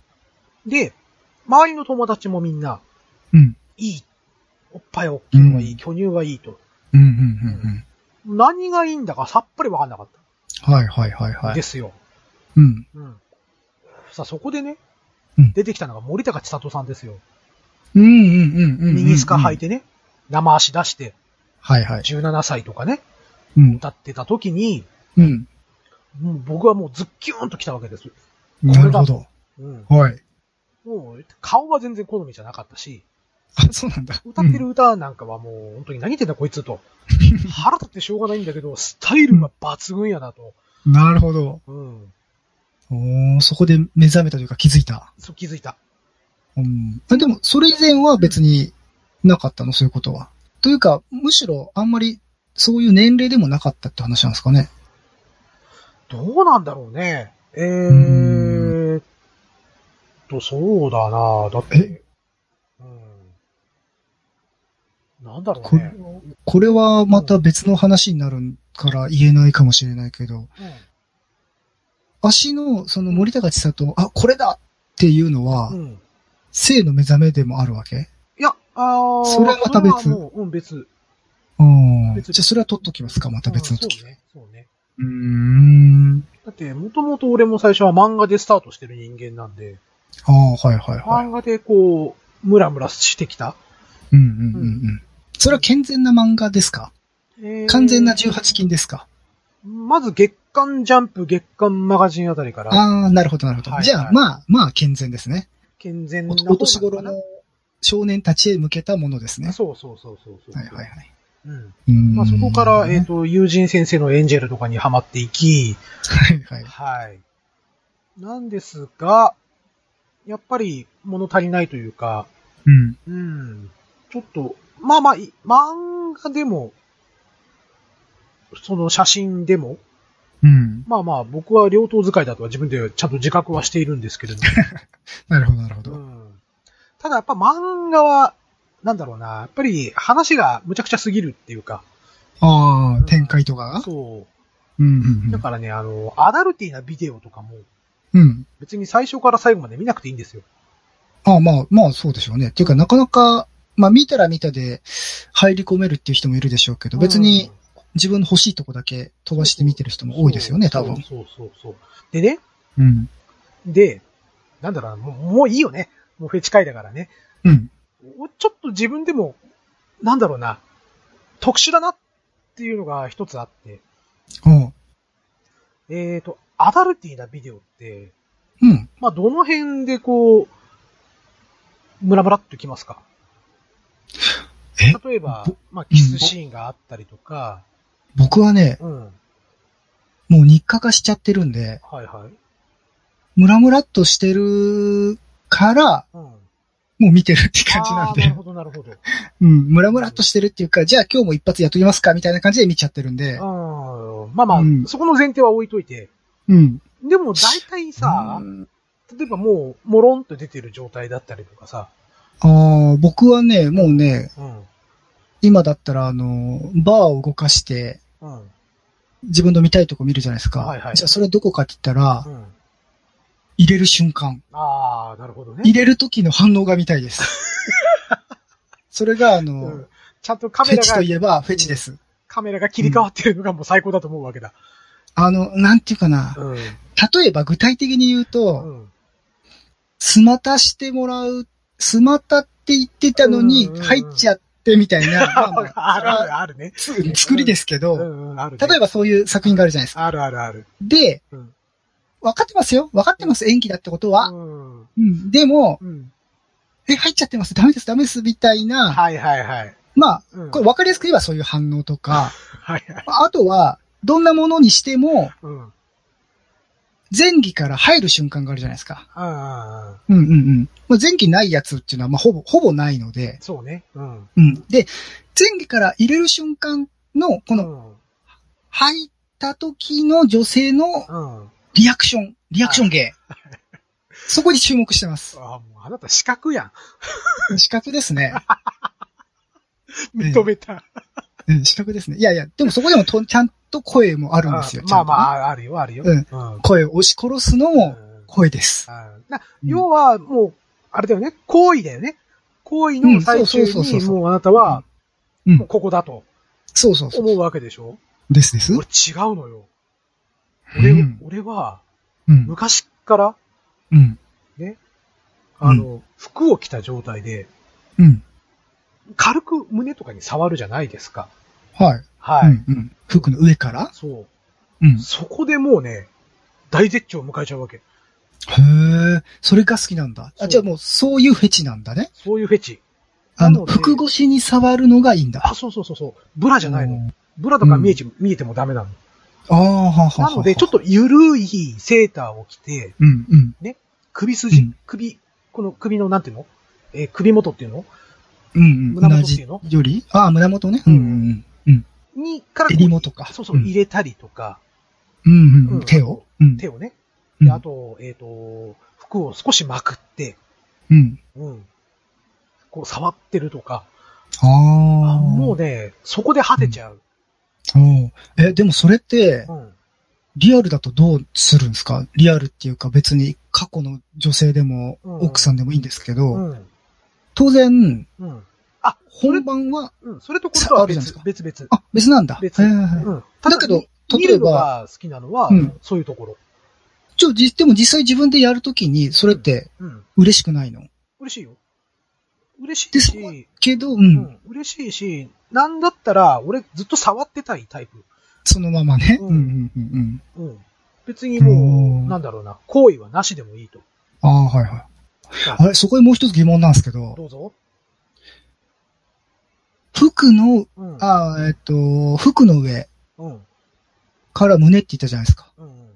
で、周りの友達もみんな、うん。いい。おっぱい大きいのがいい、うん巨乳がいいと。うんうんうん何がいいんだかさっぱりわかんなかっうん。はいはいはいた。はでい。すよ。うん。うん。さあ、そこでね、うん出てきたのが森高千里さんですよ。うんうんうんうんうん。ミニスカ履いて。てね、生足出して、はいはい。 17歳とかね、うん。歌ってた時に、うん。もう僕はもうズッキューンと来たわけです。なるほど。うん。はい。もう、顔は全然好みじゃなかったし、あ、そうなんだ。歌ってる歌なんかはもう、本当に何言ってんだこい (laughs) つと。腹立ってしょうがないんだけど、スタイルが抜群やなと。うん。なるほど。うん。おーそこで目覚めたというか気づいた。そう気づいた。うん。あでも、それ以前は別になかったの、そういうことは。というか、むしろあんまりそういう年齢でもなかったって話なんですかね。どうなんだろうね。えうーっと、そうだなだって。うん。なんだろうこね。これはまた別の話になるから言えないかもしれないけど、足のその森高千里、あ、これだっていうのはう、ん。うん性の目覚めでもあるわけいや、あーそれはまた別それはもう、うん、別。うん。別じゃあそれは取っときますか、また別のうん時。そうね。そうね。うーん。だって、もともと俺も最初は漫画でスタートしてる人間なんで、ああ、はいはいはい。漫画でこう、ムラムラしてきた。うんうんうんうん。それは健全な漫画ですかえー完全な18禁ですかまず月刊ジャンプ、月刊マガジンあたりから、ああ、なるほどなるほはいはど。いじゃあ、まあ、まあ健全ですね。健全なお方なお年頃かなの少年たちへ向けたものですね。はそうそうそうそうそう。いはいはい。うん。うんまあそこから、えっ、はいと、友人先生のエンジェルとかにはまっていき、はい。はい。なんですが、やっぱり物足りないというか、うん。うん。ちょっと、まあまあ、い漫画でも、その写真でも、うん。まあまあ僕は両党使いだとは自分でちゃんと自覚はしているんですけれども、なるほどなるほうど。んただやっぱ漫画は、なんだろうな、やっぱり話がむちゃくちゃすぎるっていうか、ああ、展開とかがそうんうう。んだからね、あの、アダルティなビデオとかも、うん。うん。別に最初から最後まで見なくていいんですよ。ああ、まあ、まあそうでしょうね。っていうかなかなか、まあ見たら見たで入り込めるっていう人もいるでしょうけど、別に自分の欲しいとこだけ飛ばして見てる人うんも多いですよね、多分。そうそうそうそう。でね、うん。で、なんだろうな、もうもういいよね。もうフェチ界だからね。うん。ちょっと自分でも、なんだろうな、特殊だなっていうのが一つあって、うん。えっ、と、アダルティなビデオって、うん。まあ、どの辺でこう、ムラムラっときますかえ例えばぼ、まあ、キスシーンがあったりとか、僕はね、うん、はもう日課化しちゃってるんで、いはい。ムラムラっとしてるから、うん。もう見てるって感じなんあーなるで。ほど、なるほど。うん。ムラムラっとしてるっていうか、じゃあ今日も一発やっときますかみたいな感じで見ちゃってるんで。うん。まあまあ、うんそこの前提は置いといて。うん。でも、大体さう、ん例えばもう、もろんと出てる状態だったりとかさ、ああ、僕はね、もうね、うん。今だったらあの、バーを動かして、うん。自分の見たいとこ見るじゃないですか。はいはいじゃあそれどこかって言ったらう、ん。入れる瞬間。ああ、なるほどね。入れる時の反応が見たい (laughs) です。それがあの、うんちゃんとカフメェラチがと、いえばフェチです。カメラが切り替わってるのがもう最高だと思うわけだ。あの、なんていうかな。うん。例えば具体的に言ううと、ん。スマタしてもらう、スマタって言ってたのにうんうんうん入っちゃってみたいな、まあま (laughs) ああるあるあるね。つ作りですけうど、んうん、ある、ね。例えばそういう作品があるじゃないですか。あるあるある。でうん、分かってますよ。分かってます。演技だってことはう。ん。うんでも、うん。え、入っちゃってます。ダメです、ダメです、みたいな。はいはいはい。まうあ、ん、これ分かりやすく言えばそういう反応とか、はいはい。あとは、どんなものにしても、うん。うん前期から入る瞬間があるじゃないですか。うんうん。うんうんうん。まあ、前期ないやつっていうのは、まあ、ほぼ、ほぼないので、そうね。うん。うん。で、前期から入れる瞬間の、こうの、ん。入った時の女性のうん。リアクション、リアクション芸。そこに注目してます。ああ、もうあなた資格やん。資格ですね。認めた。うん、資格ですね。いやいや、でもそこでもとちゃんと声もあるんですよ。あまあまあ。あ、あるよ、あるよ。うんうん。声を押し殺すのも声です。あな要は、もう、あれだよね、行為だよね。行為の最中うんそうそうそうに、そうもうあなたは、うんもうここだとそうそうそう。思うわけでしょですです。俺違うのよ。俺うん、俺は、うん。昔から、うん。あの、服を着た状態で、うん。軽く胸とかに触るじゃないですか。はい。はい。うんうん。服の上からそう。うん。そこでもうね、大絶頂を迎えちゃうわけ。へえ、それが好きなんだ。そうあ、じゃあもうそういうフェチなんだね。そういうフェチ。あなのの、で服越しに触るのがいいんだ。あ、そうそうそうそう。ブラじゃないの。の。ブラとか見えち、見えてもダメなの。ああ、はあはあはあ。なので、ちょっとゆるいセーターを着て、うん、うん、首筋、うん首、この首のなんていうのえー首元っていうのうん、うん。胸同元っていじうのよりああ、胸元ね。うん、うん、に、からこう襟元かそうそう、うん入れたりとか、うん。うん、うんううんん。手をうん。手をね。うで、んあと、えっ、と、服を少しまくって、うん。うん。こう触ってるとか、ああ。あももうね、そこで果てちゃう。うん。え、でもそれってう、ん。リアルだとどうするんですかリアルっていうか別に過去の女性でもうん奥さんでもいいんですけど、うん。当然、うん。本番は、うん。それとこれとはあるじゃない別です別か、々。あ、別なんだ。別へーうん。だけどた見例るえばのが好きなのはうん、そういうところ。ちょ、じでも実際自分でやるときに、それってうん。嬉しくないの嬉しいよ。嬉しいでしそ、けど、うん、うん、嬉しいし、なんだったら、俺ずっと触ってたいタイプ。そのままね。ううんん、うん、うん、うん。うん。別にもうう、んなんだろうな、行為はなしでもいいと。ああ、はいはい。あれ、そこにもう一つ疑問なんですけど、どうぞ。服の、うん。ああ、えっと、服の上うん。から胸って言ったじゃないですか。うん。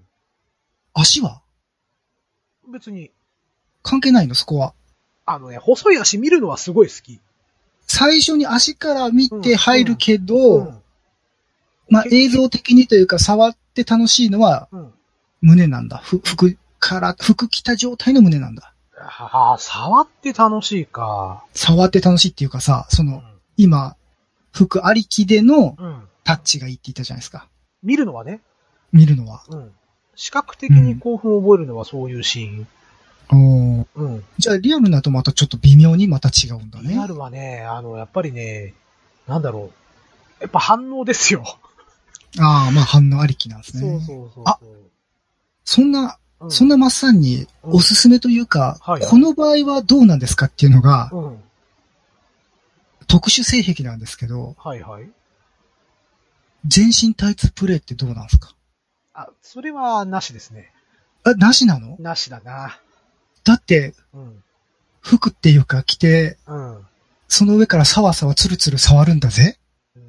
足は別に、関係ないの、そこは。あのね、細い足見るのはすごい好き。最初に足から見て入るけど、うん。まあ、結映像的にというか、触って楽しいのはうん。胸なんだ。ふ服から、服着た状態の胸なんだ。ああ、触って楽しいか。触って楽しいっていうかさ、そうの、ん。今、服ありきでのうん。タッチがいいって言ったじゃないですか。見るのはね、見るのは。うん。視覚的に興奮を覚えるのはそういうシーン。おーうん。じゃあ、リアルだとまたちょっと微妙にまた違うんだね。リアルはね、あの、やっぱりね、なんだろう。やっぱ反応ですよ。ああ、まあ反応ありきなんですね。そうそうそう。あそんな、うそんなマッサンにおすすめというか、うんはいこの場合はどうなんですかっていうのが、うん。特殊性癖なんですけど、はいはい。全身タイツプレイってどうなんですかあ、それはなしですね。あ、なしなのなしだな。だって、うん。服っていうか着て、うん。うその上からサワサワツルツル触るんだぜーん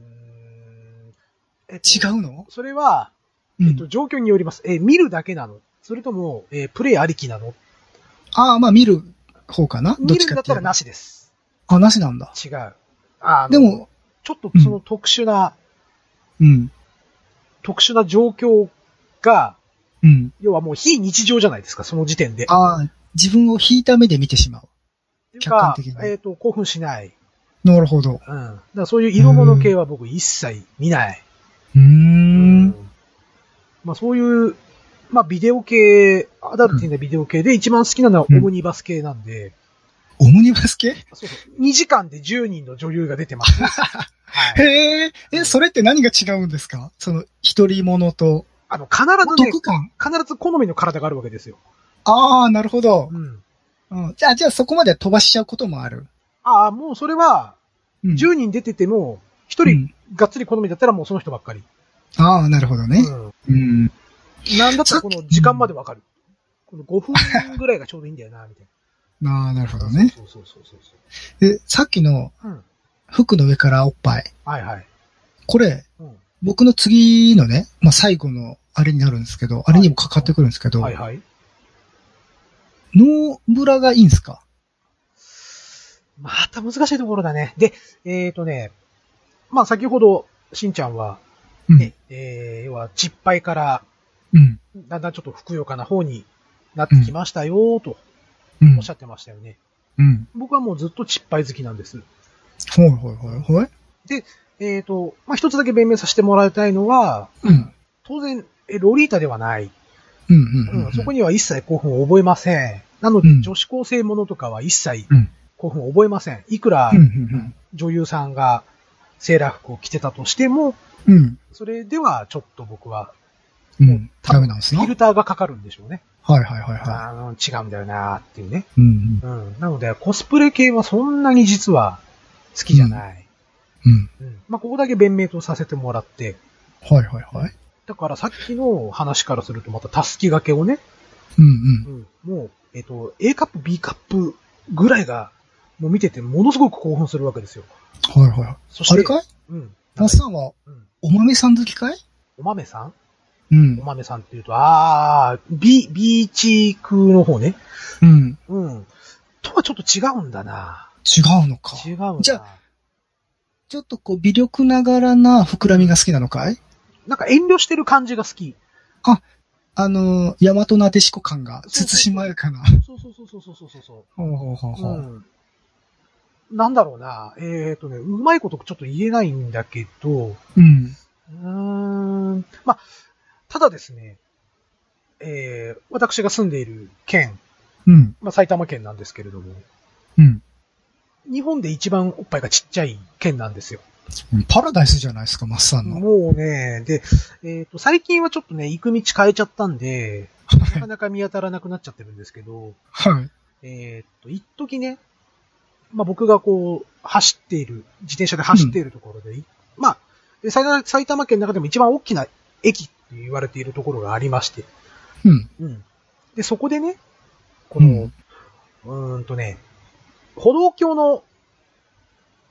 えっと違うのそれは、うんえっと、状況によります。えー見るだけなのそれとも、えープレイありきなのああ、まあ見る方かなど見っるちんかだっってたいうらとなしです。あ、なしなんだ。違う。あのでも、ちょっとその特殊な、うん。特殊な状況が、うん。要はもう非日常じゃないですか、その時点で。ああ、自分を引いた目で見てしまう。っていう客か観的にえっ、と、興奮しない。なるほど。うん。だからそういう色物系は僕一切見ない。うー。うんまあそういう、まあビデオ系、アダルティなビデオ系で一番好きなのはオうんムニバス系なんで、オムニバス系そうそう。2時間で10人の女優が出てます。 (laughs) はいへえ、え、それって何が違うんですかその、一人ものと。あの、必ずね、得感必ず好みの体があるわけですよ。ああ、なるほど。うん。うん。じゃあ、じゃあそこまで飛ばしちゃうこともある。ああ、もうそれは、うん。 10人出てても、1う人んがっつり好みだったらもうその人ばっかり。ああ、なるほどね。うんうん。なんだったらこの時間までわかる。この5分ぐらいがちょうどいいんだよな、みたいああ、なるほどな。ね。そうそうそうそうそで、さっきのう。うん。服の上からおっぱい。はいはい。これ、うん。僕の次のね、まあ、最後のあれになるんですけど、あれにもかかってくるんですけど、はいはい。ノーブラがいいんすかまた難しいところだね。で、えっ、ー、とね、まあ先ほど、しんちゃんは、うんね。えー、要は、ちっぱいから、うん。だんだんちょっとふくよかな方になってきましたよ、とうんおっし。ゃってましたよね。うん。僕はもうずっとちっぱい好きなんです。ほいほいほいほい。えっ、と、まあ、一つだけ弁明させてもらいたいのは、うん。当然、えロリータではない。うんううんんうん。そこには一切興奮を覚えません。なので、うん女子高生ものとかは一切うん興奮を覚えません。いくらうんうん女優さんがセーラー服を着てたとしても、うん。うん。それではちょっと僕は、うん。ダメなんですフね。ィルターがかかるんでしょうね。はいはいはいはあの違うんだよなーっていうね。い。うんうん。なので、コスプレ系はそんなに実は好きじゃない。うん。うん。うん。まあ、ここだけ弁明とさせてもらって、はいはいはい。だからさっきの話からするとまたたすき掛けをね、うんうん。もう、えっ、と、A カップ、B カップぐらいが、もう見ててものすごく興奮するわけですよ。はいはいはい。そして、あれかいうん。マスさんは、うんお豆さん好きかいお豆さんうんお。豆さんって言うと、あー、ビ、ビーチクの方ね。うん。うん。とはちょっと違うんだな。違うのか。違うんだ。じゃちょっとこう、微力ながらな膨らみが好きなのかいなんか遠慮してる感じが好き。あのー、ヤマトなでしこ感が、慎まやかな。そうそうそうそうそうそうそう。ほうほうほうほう。うんなんだろうな。えっ、とね、うまいことちょっと言えないんだけど、うん。うーん。まあ、ただですね、えー、私が住んでいる県、うん。まあ、埼玉県なんですけれども、うん。日本で一番おっぱいがちっちゃい県なんですよ。パラダイスじゃないですか、マッサンの。もうね、で、えっ、と、最近はちょっとね、行く道変えちゃったんで、なかなか見当たらなくなっちゃってるんですけど、はい。えっと、一時ね、まあ、僕がこう、走っている、自転車で走っているところで、いまあ、で埼玉埼玉県の中でも一番大きな駅って言われているところがありまして、うん。うん。で、そこでね、この、うーんとね、歩道橋の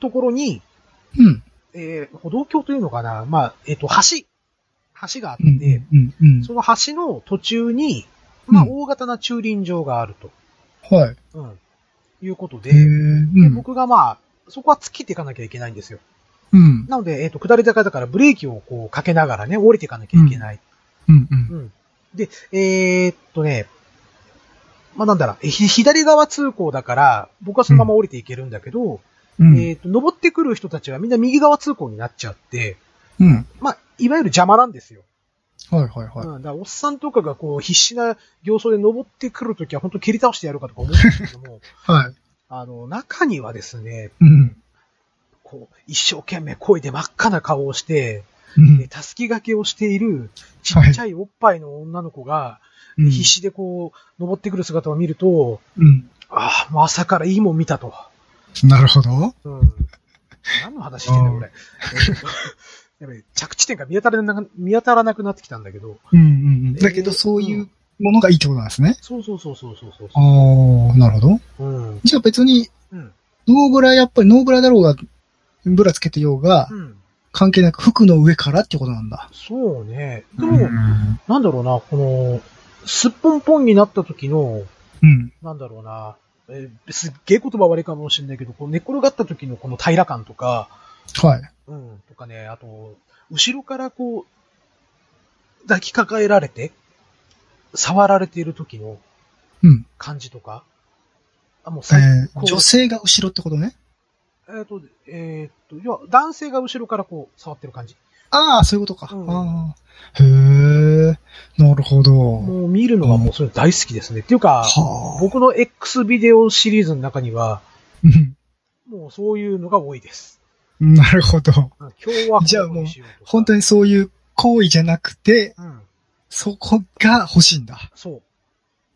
ところに、うん。えー歩道橋というのかなまあ、えっ、と、橋。橋があって、うん。うん。うん。その橋の途中に、まあ、うん大型な駐輪場があると。はい。うん。いうことで、えー、うん。僕がまあ、そこは突っ切っていかなきゃいけないんですよ。うん。なので、えっ、と、下り坂だからブレーキをこうかけながらね、降りていかなきゃいけない。うん。うん。で、えーっとね、まあ、なんだろう、ひ左側通行だから、僕はそのまま降りていけるんだけど、うん。えーっと、登ってくる人たちはみんな右側通行になっちゃって、うん。まあ、いわゆる邪魔なんですよ。はいはいはい。うん、だからおっさんとかがこう、必死な行走で登ってくるときは本当蹴り倒してやるかとか思うんですけど (laughs) も、はい。あの、中にはですね、うん。こう、一生懸命声で真っ赤な顔をして、うんで、たすき掛けをしている、ちっちゃいおっぱいの女の子が、うん必死でこう、登ってくる姿を見ると、うん。ああ、もう朝からいいもん見たと。なるほど。うん。何の話してんだよ、うん俺。えっと (laughs) やっぱり着地点が見当たらなく、見当たらなくなってきたんだけど。うんうん。えーだけど、そういうものがいいってことなんですね。そうそうそうそうそうそうああ、なるほど。うん。じゃあ別に、うん。ノーブラやっぱりノーブラだろうが、ブラつけてようがう、ん。関係なく服の上からってことなんだ。そうね。でうも、ん。なんだろうな、この、すっぽんぽんになった時の、うん。なんだろうな、えーすっげえ言葉悪いかもしれないけど、こう寝転がった時のこの平ら感とか、はい。うん、とかね、あと、後ろからこう、抱きかかえられて、触られている時のうん。感じとか、あ、もう最えー高女性が後ろってことね。えっ、と、えっ、と、要は男性が後ろからこう、触ってる感じ。ああ、そういうことか。うんああ。へえ。なるほど。もう見るのがもうそれ大好きですね。っていうか、はあ。僕の X ビデオシリーズの中には、うんもうそういうのが多いです。なるほど。うん今日はじゃあもうこしよとか本当にそういう行為じゃなくて、うん。そこが欲しいんだ。そう。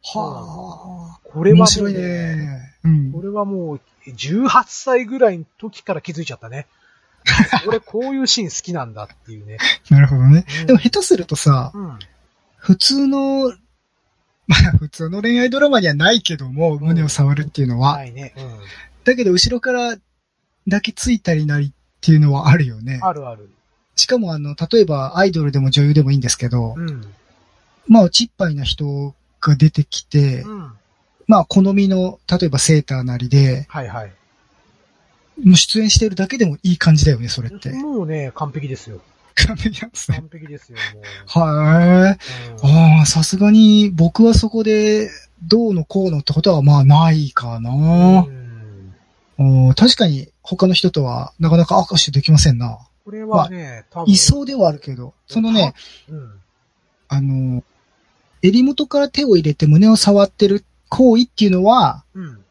はあ。これはもう面白いね。うんこ。れはもう、18歳ぐらいの時から気づいちゃ (laughs) ったね。俺こういうシーン好きなんだっていうね。なるほどね。うん (laughs) でも下手するとさ、うん。普通の、 (laughs) まあ普通の恋愛ドラマにはないけども、胸を触るっていうのは、ないね。うん。だけど後ろから抱きついたりなりっていうのはあるよね。あるある。しかもあの、例えばアイドルでも女優でもいいんですけど、うん。まあちっぱいな人が出てきて、うん。まあ好みの、例えばセーターなりで、はいはい。もう出演してるだけでもいい感じだよね、それって。もうね、完璧ですよ。完璧なんですね。完璧ですよ、 (laughs) もう。はーい。うんああ、さすがに僕はそこで、どうのこうのってことはまあないかなう、んうん確かに他の人とはなかなか握手できませんな。これはね、多分。いそうではあるけど、そのね、うん。あの、襟元から手を入れて胸を触ってる行為っていうのは、うん。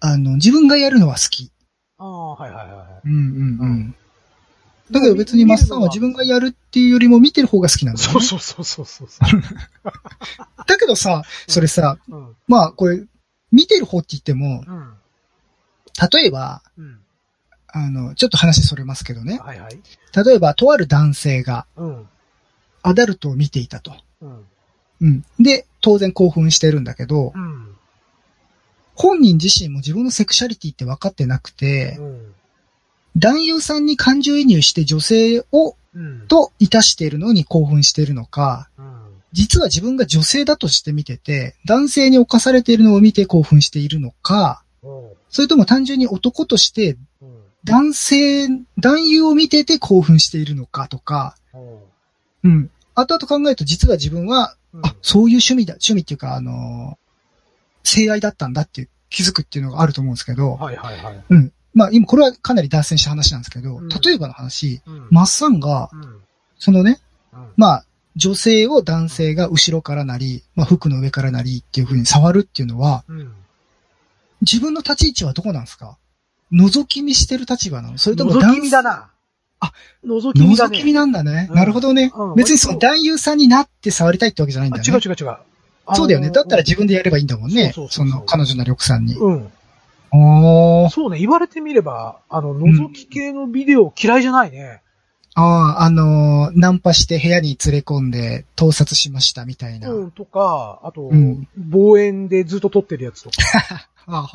あの、自分がやるのは好き。ああ、はいはいはいはうんううん。んだけど別にマスさんは自分がやるっていうよりも見てる方が好きなんい。だよ、そねう。そうそうそうそう (laughs) そう。だけどさ、それさ、うん。まあこれ、見てる方って言っても、うん。例えば、うん。あの、ちょっと話それますけどね。はいはい。例えば、とある男性がうん。アダルトを見ていたと。うん。うん。で、当然興奮してるんだけどう、ん。本人自身も自分のセクシャリティって分かってなくて、うん。男優さんに感情移入して女性を、うん。といたしているのに興奮しているのか、うん。実は自分が女性だとして見てて、男性に侵されているのを見て興奮しているのか、おうそれとも単純に男としてうん。男性、男優を見てて興奮しているのかとか、おううん。後々考えると実は自分は、うんあ、そういう趣味だ、趣味っていうか、あのー性愛だったんだっていう気づくっていうのがあると思うんですけど、はいはいはい。うん。まあ今これはかなり脱線した話なんですけど、うん例えばの話、うん。マッサンが、うん。そのね、うん。まあ、女性を男性が後ろからなり、まあ、服の上からなりっていう風に触るっていうのは、うん。自分の立ち位置はどこなんですか覗き見してる立場なのそれとも覗き見だな。な。あ、覗き見だ覗ね。き見なんだね。うんなるほどねうん。別にその男優さんになって触りたいってわけじゃないんあだよ違うね。違う違う。そうだよね。だったら自分でやればいいんだもんねそう。そそうそうの彼女なり奥さんに。分。うおん。ー。そうね、言われてみれば、あの、覗き系のビデオ嫌いじゃないね。ああ、あのーナンパして部屋に連れ込んで盗撮しましたみたいな。うん、とか、あとうん、望遠でずっと撮ってるやつとか。あ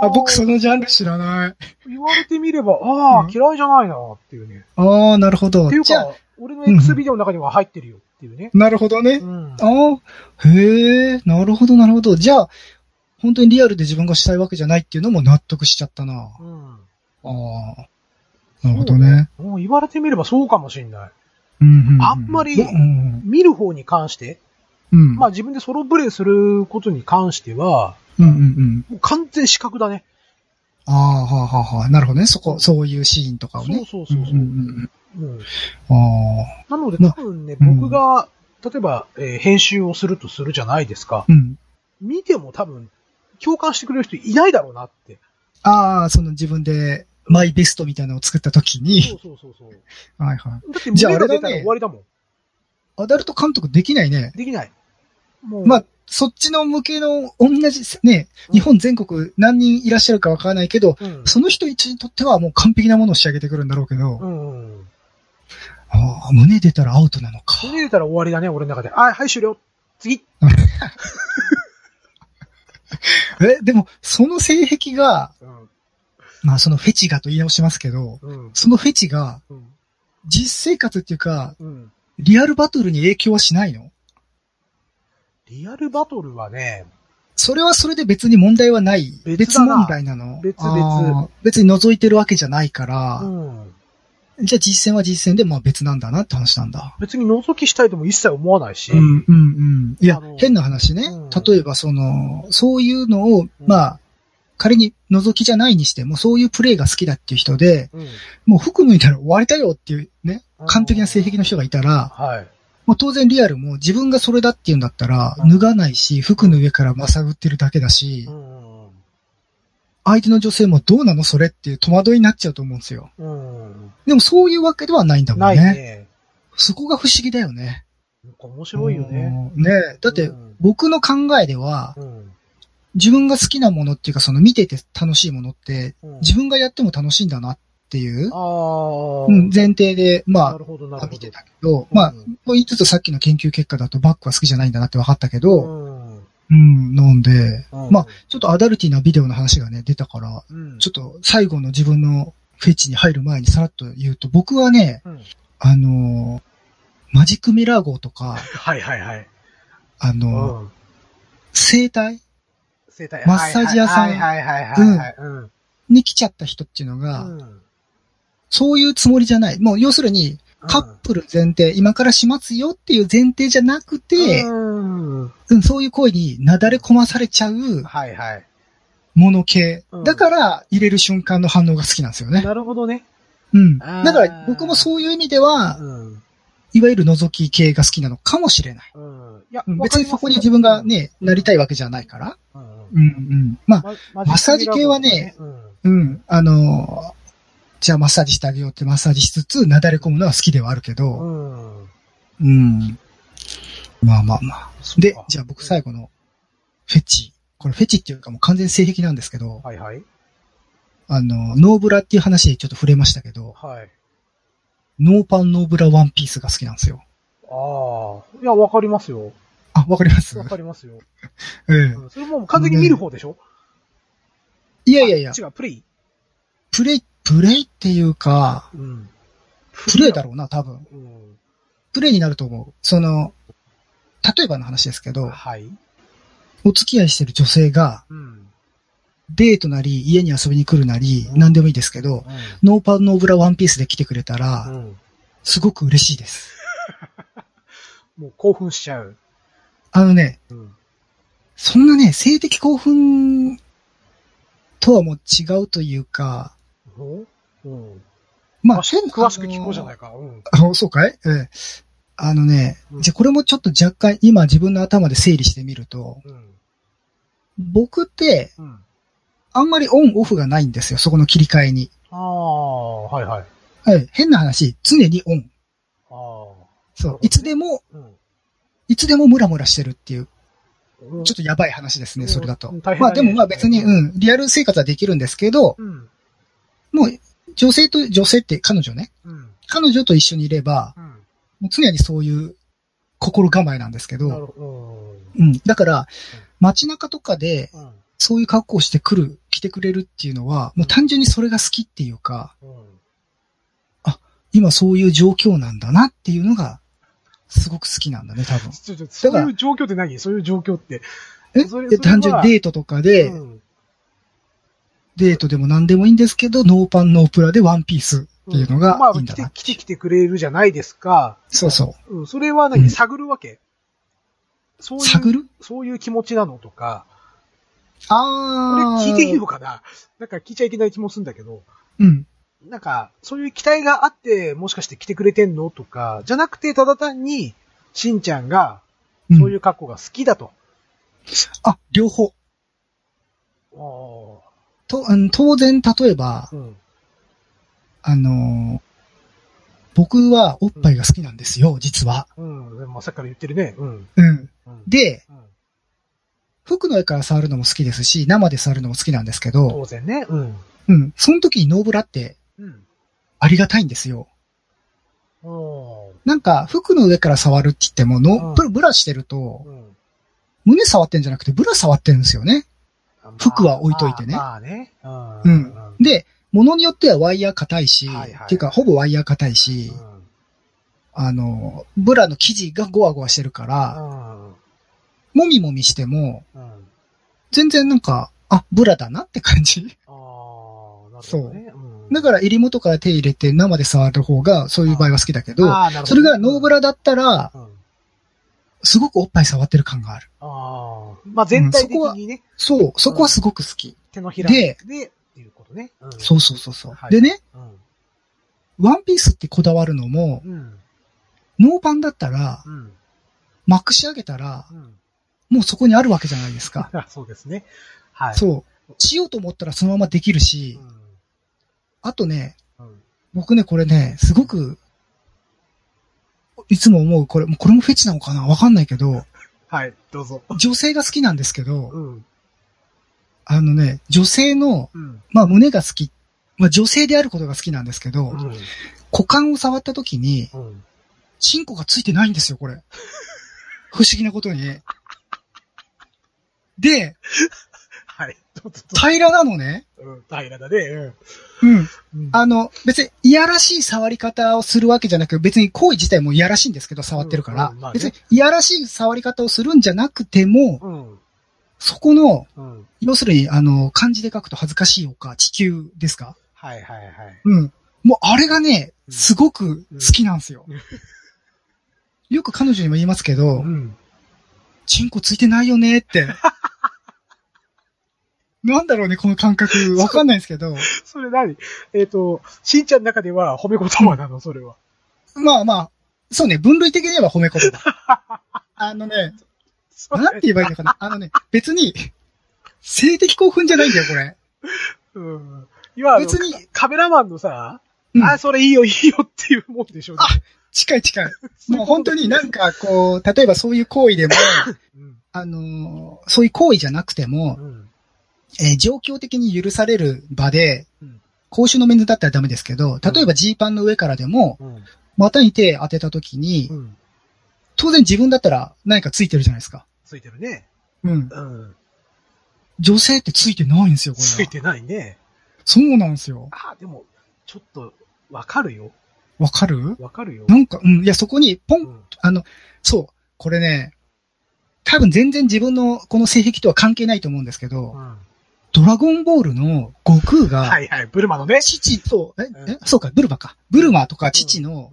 ああ、僕そのジャンル知らない。言われてみれば、ああう、ん嫌いじゃないなっていうね。ああ、なるほど。っていうじゃあ、か、俺の X ビデオの中には入ってるよっていうね。なるほどねう。ん。ああ、へえ、なるほど、なるほど。じゃあ、本当にリアルで自分がしたいわけじゃないっていうのも納得しちゃったな。うん。ああ。なるほどね。もう言われてみればそうかもしんない。うんうんうあんまりうん。見る方に関して、うん。まあ自分でソロプレイすることに関しては、うんうんうん。もう完全視覚だね。ああ、はあはあはあ。なるほどね。そこ、そういうシーンとかをね。そうそうそうそうんうんんうん。ああ。なのでま多あ分ね、うん僕が、例えば、えー編集をするとするじゃないですか。うん。見ても多分、共感してくれる人いないだろうなって。ああ、その自分で、マイベストみたいなのを作った時そに。うそうそうそう。はいはい。だってじゃあ胸が出たあれだらね終わりだもん。アダルト監督できないね。できない。もう、まあ、そっちの向けの同じね、日本全国何人いらっしゃるかわからないけど、うん、その人一にとってはもう完璧なものを仕上げてくるんだろうけど、うんうん。ああ、胸出たらアウトなのか。胸出たら終わりだね、俺の中で。あ、はい、終了。次。え、でも、その性癖が、うん。まあそのフェチがと言い直しますけど、うん。そのフェチがうん。実生活っていうか、うん。リアルバトルに影響はしないのリアルバトルはね、それはそれで別に問題はない。別別だな問題なの別々ああ別に覗いてるわけじゃないかうら、ん。じゃあ実践は実践でまあ別なんだなって話なんだ。別に覗きしたいとも一切思わないし。うん、うん、うん。いあやの、変な話ね。うん例えば、その、そういうのを、まあ、仮に覗きじゃないにしても、そういうプレイが好きだっていう人で、うん。もう服脱いだら終わりだよっていうね、完璧な性癖の人がいたら、はい。もう当然リアルも自分がそれだっていうんだったらう、ん脱がないし、服の上からまさぐってるだけだしう、んうんうん。相手の女性もどうなのそれっていう戸惑いになっちゃうと思うんですよ。うん。でもそういうわけではないんだもんないね。ね。そこが不思議だよね。なんか面白いよね。うん。ねえだってうん僕の考えでは、うん。自分が好きなものっていうかその見てて楽しいものって、うん自分がやっても楽しいんだなっていう、ああ。うん、前提で、なまるほど、なあ、るほ見てど。たけど、まあ、うとん言いつつさっきの研究結果だとバックは好きじゃないんだなって分かったけうど、んうん、なんで、うんまあ、ちょっとアダルティなビデオの話がね、出たから、うんちょっと最後の自分のフェチに入る前にさらっと言うと、僕はね、うんあのーマジックミラー号とか、はいはいはい。あのーうん生体整体マッサージ屋さんはいはいはいはいはい。うん。に来ちゃった人っていうのが、うんそういうつもりじゃない。もう要するに、カップル前提、今からしますよっていう前提じゃなくて、うん。うんそういう行為になだれ込まされちゃうはいはい。もの系うん。だから、入れる瞬間の反応が好きなんですよね。なるほどね。うん。あーだから、僕もそういう意味では、うん。いわゆる覗き系が好きなのかもしれない。うん。いやうん別にそこに自分が、ね、なりたいわけじゃないから。うんうん。まわあ、かりますうんマッサージ系はね、うんうん。あのーじゃあマッサージしてあげようってマッサージしつつ、なだれ込むのは好きではあるけど、うん。うん。まあまあまあ。で、じゃあ僕最後。後のフェチ。これフェチっていうかもう完全性癖なんですけど、はいはい。あの、ノーブラっていう話でちょっと触れましたけど、はい。ノーパンノーブラワンピースが好きなんですよ。ああ。いや、わかりますよ。あ、わかりますわかりますよ。うんうんそれもう完全に見る方でしょいいやいやいや、違う、プレイ。プレイ、プレイっていうか、うん。プレイだろうな、多分。うん。プレイになると思う。その、例えばの話ですけど、はい。お付き合いしてる女性が、うん。デートなり、家に遊びに来るなり、うん何でもいいですけど、ノーパンノーブラワンピースで来てくれたうら、ん。すごく嬉しいです。もう興奮しちゃう。あのね、うん。そんなね、性的興奮とはもう違うというか、ほうん。ま。あ、シェン詳しく聞こうじゃないいか。うん。あのあそうかいええ。あのねう、んじゃあこれもちょっと若干今自分の頭で整理してみると、うん。僕ってうん。あんまりオンオフがないんですよ、そこの切り替えに。ああ、はいはい。はい、変な話、常にオン。ああ。そなるほどねう、いつでも、うん。いつでもムラムラしてるっていう、うんちょっとやばい話ですうね、んそれだとうん大変だね。まあでもまあ別に、うん、リアル生活はできるんですけど、うん。もう女性と、女性って彼女ね、うん。彼女と一緒にいれば、うん。もう常にそういう心構えなんですけなるど、ほど。うん、だから、街中とかでうん。そういう格好をしてくる、来てくれるっていうのは、もう単純にそれが好きっていうか、うん。今そういう状況なんだなっていうのが、すごく好きなんだね、多分。ちょちょそういう状況って何そういう状況って。えそれで単純にデートとかで、うんデートでも何でもいいんですけど、ノーパンノープラでワンピースっていうのがまあ、いいん来だてな。来てきてくれるじゃないですか。そうそうん。それはう何ん探るわけそうう。いう。探るそういう気持ちなのとか、これあー聞いていいのかななんか聞いちゃいけない気もするんだけど、うん。なんか、そういう期待があって、もしかして来てくれてんのとか、じゃなくて、ただ単に、しんちゃんが、うんそういう格好が好きだと。あ、両方。おと、あの当然、例えばー、うん。あのー僕はおっぱいが好きなんですよ、実は。うん。でもさっきから言ってるね。うん。うん。うん、で、うん、服の絵から触るのも好きですし、生で触るのも好きなんですけど、当然ね。うん。うん。その時にノーブラってうん。ありがたいんですよ。おーなんか、服の上から触るって言っても、の、うんブラブラしてるとう、ん。胸触ってんじゃなくて、ブラ触ってるんですよね。服は置いといてねまあ、まあね。うん。うんで、物によってはワイヤー硬いし、はいはいっていうか、ほぼワイヤー硬いし、うんあの、ブラの生地がゴワゴワしてるから、うん。もみもみしても、うん。全然なんか、あ、ブラだなって感じ。ああ、なるほど、ね。そううん。だから、襟元から手入れて生で触る方が、そういう場合は好きだけど、あーなるほどねそれがノーブラだったら、うん。すごくおっぱい触ってる感がある。ああ。まあ全体的にね、そう、そこはすごく好き。手のひらでで、っていうことね。うん、そうそうそうそうは。いでね、うん。ワンピースってこだわるのも、うん。ノーパンだったらう、ん。まくし上げたらう、ん。 (laughs) もうそこにあるわけじゃないですか。あそうですね。はい。そう。しようと思ったらそのままできるし、あとね、僕ね、これね、すごく、いつも思う、これ、これもフェチなのかなわかんないけど、はい、どうぞ。女性が好きなんですけど、うん。あのね、女性の、うん。まあ胸が好き、まあ女性であることが好きなんですけど、うん。股間を触った時に、うん。チンコがついてないんですよ、これ。不思議なことに。で、はい、どうぞ。平らなのね。うん、平らだね。うんうん。うん。あの、別に、いやらしい触り方をするわけじゃなく、別に行為自体もいやらしいんですけど、触ってるから。うんうんまあね別に、いやらしい触り方をするんじゃなくても、うん。そこの、うん。要するに、あの、漢字で書くと恥ずかしいおか、地球ですかはいはいはい。うん。もう、あれがね、うんすごく好きなんで (laughs) すよ。うんよく彼女にも言いますけど、ん。チンコついてないよね (laughs) って。なんだろうね、この感覚。わかんないですけど。それ何えっ、と、しんちゃんの中では褒め言葉なの、それは。まあまあ、そうね、分類的に言えば褒め言葉。あのね、なんて言えばいいのかな。あのね、別に、性的興奮じゃないんだよ、これ。うん。今、別別にに、カメラマンのさ、うんあ、それいいよ、いいよっていうもんでしょう、あ近い近い。もう本当になんかこう、例えばそういう行為でも、うん。あのーそういう行為じゃなくてもう、ん。えー状況的に許される場でうん、公衆の面だったらダメですけど、例えばジーパンの上からでも、うん。股に手当てた時にう、ん。当然自分だったら何かついてるじゃないですか。ついてるね。うん。うん。女性ってついてないんですよ、こつれいは。てないね。そうなんですよ。あ、でも、ちょっと、わかるよ。わかるわかるよ。なんか、うん。いや、そこに、ポン、うん。あの、そう。これね、多分全然自分のこの性癖とは関係ないと思うんですけど、うんドラゴンボールの悟空が、はいはい、ブルマのね。父、そう、え、うんえ、そうか、ブルマか。ブルマとか父の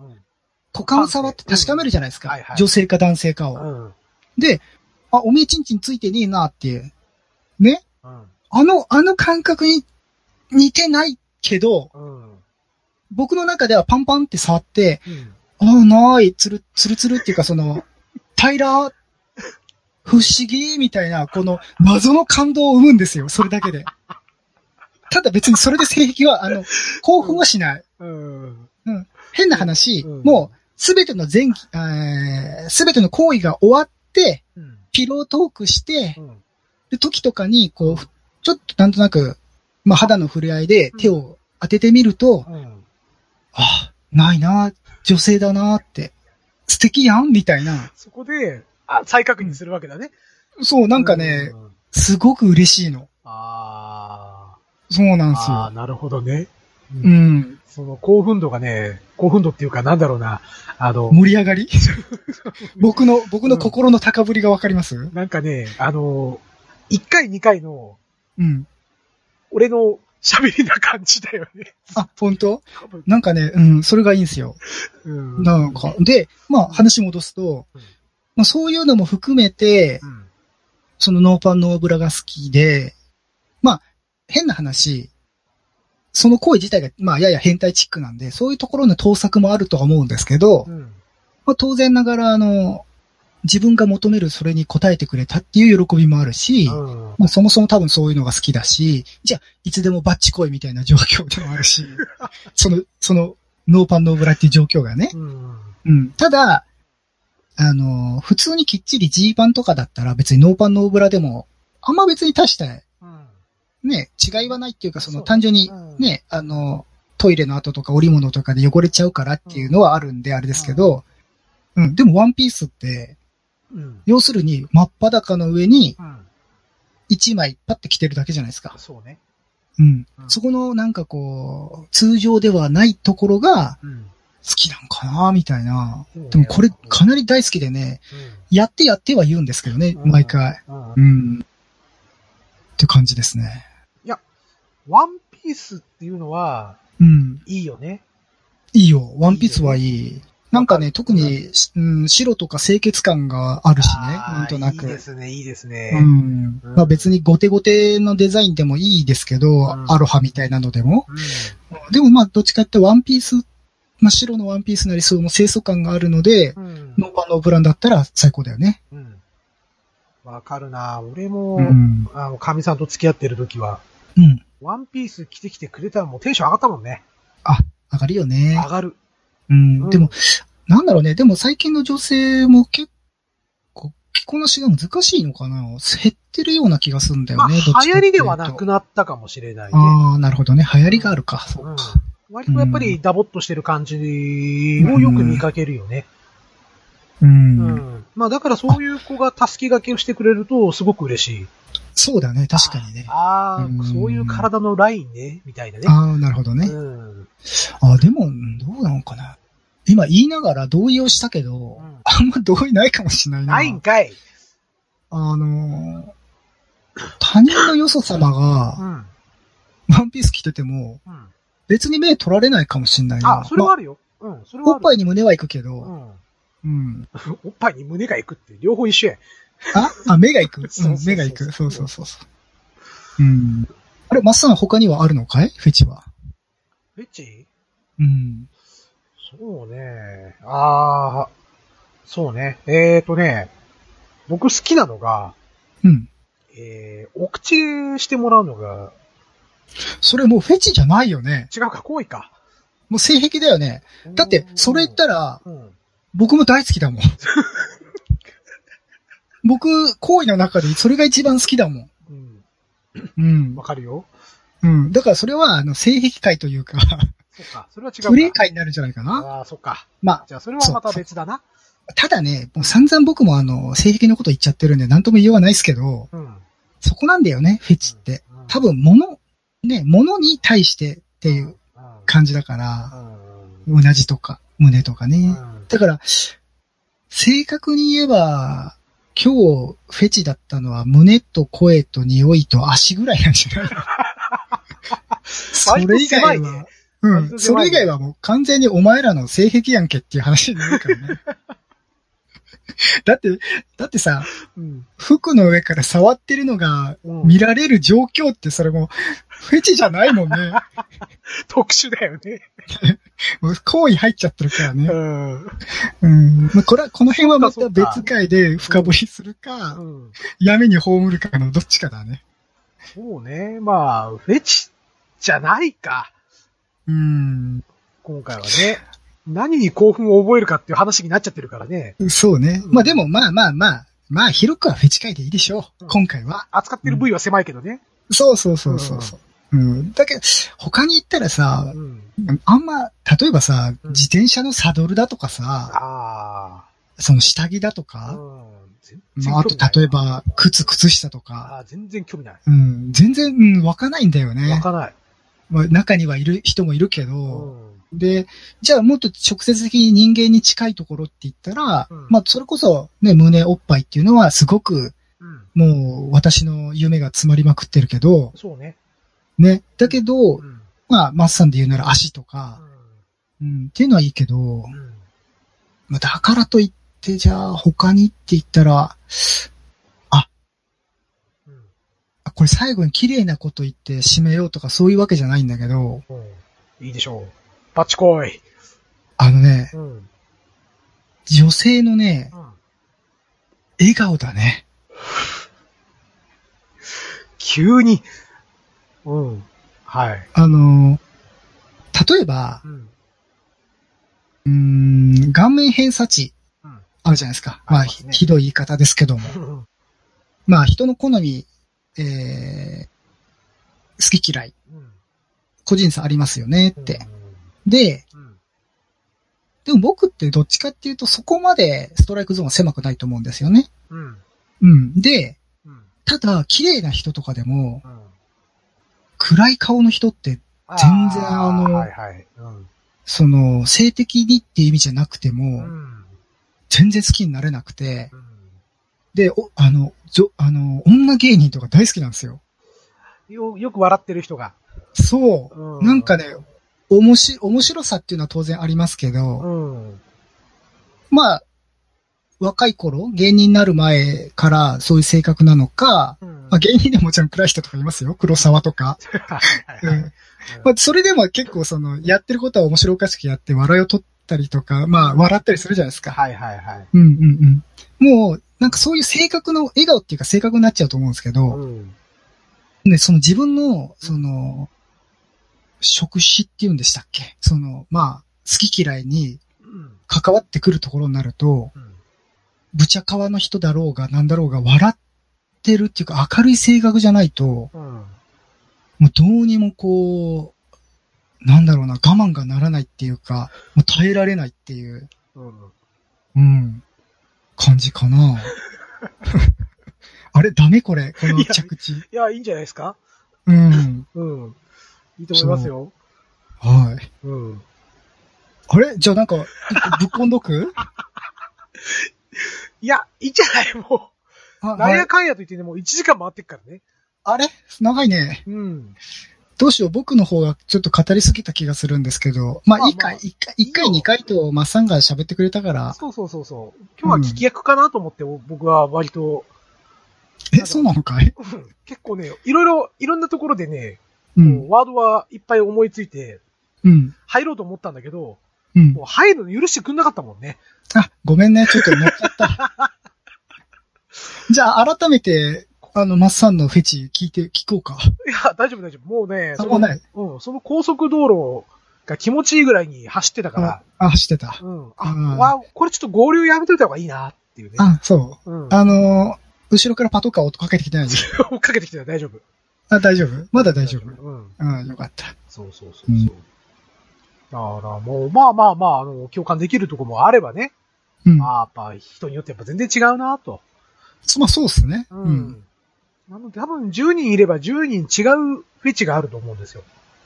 股間を触って確かめるじゃないですうんかはいは。い女性か男性かうを。ん。うん。で、あ、おめえちんちんついてねえなっていう。ねうん。あの、あの感覚に似てないけど、うん。僕の中ではパンパンって触って、うんああ、ない、つる、つるつるっていうかその、平ら、不思議みたいな、この謎の感動を生むんですよ、それだけで。ただ別にそれで性癖は、あの、興奮はしない。うん。変な話、うんもう、すべての前期、すべての行為が終わって、うん。ピロートークしてう、ん。で、時とかに、こう、ちょっとなんとなく、まあ、肌の触れ合いで手を当ててみると、うん。あ、ないな、女性だなって、素敵やんみたいな。そこで、あ、再確認するわけだね。そう、なんかね、すごく嬉しいの。あそうなあ。んすああ、よ。なるほどね。うん。その興奮度がね、興奮度っていうかなんだろうな。あの、盛り上がり (laughs) 僕の、僕の心の高ぶりがわかりますなんかね、あの、1回2回の、うん。俺の喋りな感じだよね。あ、本当多分。なんかね、うん、それがいいんですよ。うんなんか。。で、まあ話戻すとうん、まあそういうのも含めてう、ん。そのノーパンノーブラが好きで、まあ、変な話、その行為自体が、まあ、やや変態チックなんで、そういうところの盗作もあるとは思うんですけど、うん。まあ、当然ながら、あの、自分が求めるそれに応えてくれたっていう喜びもあるし、うんまあ、そもそも多分そういうのが好きだし、じゃあ、いつでもバッチ来いみたいな状況でもあるし、その、その、ノーパンノーブラっていう状況がね。うん。うん。ただ、あの、普通にきっちり G パンとかだったら別にノーパンノーブラでも、あんま別に大した、うん。ね、違いはないっていうか、そのそう単純にうんね、あの、トイレの後とか織物とかで汚れちゃうからっていうのはあるんであれですけど、うん、でもワンピースって、うん。要するに真っ裸の上にうん。 1枚パッて着てるだけじゃないですか。そうね。うんう。んそこのなんかこう、通常ではないところがうん。好きなんかなみたいな。そうねでもこれかなり大好きでね、やってやっては言うんですけどね、うん毎回。うんうんうん。って感じですね。ワンピースっていうのは、うん。いいよね。いいよ。ワンピースはいい。なんかわかね、る特に、うん、白とか清潔感があるしね、なんとなく。いいですね、いいですね。うん。うんまあ別にゴテゴテのデザインでもいいですけど、んアロハみたいなのでも。うんでもまあどっちかってワンピース、まあ白のワンピースなりその清楚感があるので、うんノーパンのブランだったら最高だよね。うん。わ、わかるな俺も、うん。あの、神さんと付き合ってる時は、うん。ワンピース着てきてくれたらもうテンション上がったもんね。上がるよね。上がる。うん、でも、なんだろうね。でも最近の女性も結構、着こなしが難しいのかな減ってるような気がするんだよまあ、ね。流どっちか行っていうりとではなくなったかもしれないね。ああ、なるほどね。流行りがあるか。そううんか。割とやっぱりダボっとしてる感じをよく見かけるよね。う。うんん。まあだからそういう子が助けがけをしてくれるとすごく嬉しい。そうだね。確かにね。ああうんあ、そういう体のラインね、みたいなね。あー、なるほどね。うん。ああ、でも、うんどうなのかな。今言いながら同意をしたけうど、んあんま同意ないかもしれないな。ないんかい。あのー他人のよそ様うが、ん。ワンピース着てても、うん。別に目取られないかもしれないな。あ、それはあるよ。うん、それまあはあおっる。ぱいに胸はいくけど、うんうん。おっぱいに胸が行くって、両方一緒や。あ、あ、目が行く。、そううんそうそうそう目が行く。そうそうそうそう。うん。あれ、マッサン他にはあるのかいフェチは。ベッチうん。そうね。ああ、そうね。えーとね、僕好きなのが、うん。えー、お口してもらうのが、それもうフェチじゃないよね。違うか、行為か。もう性癖だよね。だって、それ言ったら、ら、うん。僕も大好きだ (laughs) もん。僕、行為の中でそれが一番好きだもん。うん。うんわ。かるよ。うん。だからそれは、あの、性癖界というか、そっか、それ (laughs) は違うか。プレイ界になるんじゃないかな。ああ、そっか。まじゃあ、それはまた別だな。あ、ただね、もう散々僕もあの、性癖のこと言っちゃってるんで、なんとも言いようはないですけど、うん。そこなんだよね、フェチって。うん多、分、物、ね、物に対してってていう。感じだから、う同じとか、胸とかね。ん。だから、正確に言えば、今日、フェチだったのは、胸と声と匂いと足ぐらいなんじゃないそれ以 (laughs) 外割と狭いはね、う割ん。とそ狭れいね以外はもう完全にお前らの性癖やんけっていう話になるから (laughs) ね。だって、だってさ、うん。服の上から触ってるのがうん見られる状況ってそれもフェチじゃないもんね。特殊だよね。もう行為入っちゃってるからね。ん。うん。まあ、これは、この辺はまそたっかそっか別回で深掘りするか、うん。闇に葬るかのどっちかだね。そうね。まあ、フェチじゃないか。うん。今回はね。何に興奮を覚えるかっていう話になっちゃってるからね。そうね。うんまあでも、まあまあまあ、まあ広くはフェチ回でいいでしょうう。ん今回は。扱ってる部位は狭いけどね。そうそうそうそうそう。うん。だけど、他に言ったらさう、ん。あんま、例えばさ、うん自転車のサドルだとかさ、あその下着だとあ。か、うん。全然まあ、あ興味とない例え。ば、靴、靴下とあか、あ、全然興味ない。うん、全然、うん、湧かないんだよわね。かない。まあ、中にはいる人もいるけど、うん。で、じゃあもっと直接的に人間に近いところって言ったら、うんまあそれこそね、胸、おっぱいっていうのはすごくうん。もう私の夢が詰まりまくってるけど、そうね。ね。だけど、うん。まあマッサンで言うなら足とうか、んうん、っていうのはいいけど、うん。まあだからといって、じゃあ他にって言ったら、うんあこれ最後に綺麗なこと言って締めようとかそういうわけじゃないんだけど、うん。いいでしょう。バッチコイ。あのね、うん。うん。女性のね、笑顔だね。急に。うん。はい。あの、例えば、うん。うーん、顔面偏差値うん。あるじゃないですか。あまあ、りますひねひどい言い方ですけども。うんまあ、人の好み、えー、好き嫌い、うん。個人差ありますよねって。で、うん。でも僕ってどっちかっていうとそこまでストライクゾーンは狭くないと思うんですよね。うん。うん。うん。で、うん。ただ、綺麗な人とかでも、うん。暗い顔の人って、全然ーあのはいはい。うん。その、性的にっていう意味じゃなくてうも、ん。全然好きになれなくて、うんで、お、あの、じょ、あの、女芸人とか大好きなんですよ。よ、よく笑ってる人が。そう。うなんかね、、おもし、面白さっていうのは当然ありますけうど、ん。まあ、若い頃、芸人になる前からそういう性格なのか、うんまあ、芸人でももちろん暗い人とかいますよ。黒沢とか。はいはういはんいまあ、それでも結構その、やってることは面白おかしくやって笑いを取ったりとか、まあ、笑ったりするじゃないですか。はいはいはい。うんうんうん。もう、なんかそういう性格の、笑顔っていうか性格になっちゃうと思うんですけど、うん。で、その自分の、その、職種っていうんでしたっけその、まあ、好き嫌いにうん。関わってくるところになると、うん。ぶちゃかわの人だろうがなんだろうが笑ってるっていうか明るい性格じゃないと、うん。もうどうにもこう、なんだろうな、我慢がならないっていうか、もう耐えられないっていう、うん。うん、感じかな。 (laughs) あれ、ダメこれ、この着地。いや、いいんじゃないですかうん。うん。いいと思いますよ。はい。うん。あれじゃあなんか、ぶっこんどくいや、いいんじゃないもあう。なんはやいかんやと言ってね、もう1時間回ってっからね。あれ長いね。うん。どうしよう、僕の方がちょっと語りすぎた気がするんですけど。ままあ、あ一回、まあ一回、一回、二回と、マッサンが喋ってくれたから。そうそうそうそう。今日は聞き役かなと思って、僕は割と、え、そうなのかいうん結構ね、いろいろ、いろんなところでね、うもん。うワードはいっぱい思いついて、うん。入ろうと思ったんだけど、うんもう。入るの許してくんなかったもんね。あ、ごめんね、ちょっと乗っちゃった。 (laughs) じゃあ、改めて、あの、マッサンのフェチ聞いて、聞こうか。いや、大丈夫大丈夫。もうね、あもうねのうん、その高速道路が気持ちいいぐらいに走ってたからあ、、あ走ってた。うん。あ、うんわ、これちょっと合流やめといた方がいいなっていうね。あ、そう。うん。あのー、後ろからパトカー音かけてきてないで追っかけてきてたら大丈夫。あ、大丈夫まだ大丈夫。うん。うん、よかった。そうそうそうそう。うんだからもう、まあまあまあ、あの、共感できるとこもあればね、うん。まあやっぱ人によってやっぱ全然違うなと。そまあ、そうっすね。うん。うん。なので多分10人いれば10人違うフェチがあると思うんですよ。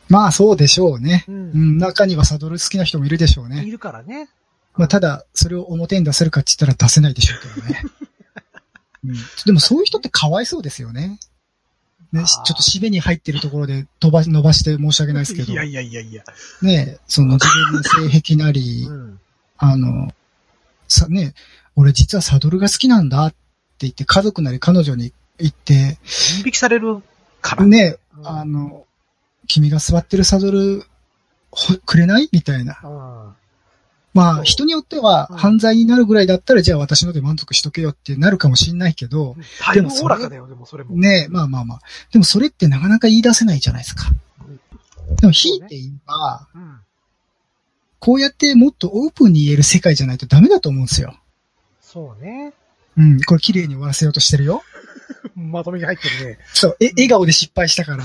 まあ、そうでしょうね。う。うんん、中にはサドル好きな人もいるでしょういね。るからね。まあ、ただ、それを表に出せるかって言ったら出せないでしょうけ (laughs) どね。うん、でも、そういう人ってかわいそうですよね。ね、しあーちょっと締めに入ってるところで飛ばし、伸ばして申し訳ないですけどいや、いやいやいや。ね、その自分の性癖なりう、ん。あの、さ、ね、俺実はサドルが好きなんだって言って家族なり彼女に言って、引きされるから。ね、うんあの、君が座ってるサドル、ほくれないみたいな。うん。まそあ、う人によってはうん犯罪になるぐらいだったら、じゃあ私ので満足しとけよってなるかもしんないけど、だいぶおおらかだよ、でもそれも。ねえ、まあまあまあ。でもそれってなかなか言い出せないじゃないですか。でも、ひいて言えば、うん。こうやってもっとオープンに言える世界じゃないとダメだと思うんですよ。そうね。うん、これ綺麗に終わらせようとしてるよ。 (laughs) まとめに入ってるね。そう、え、笑顔で失敗したから。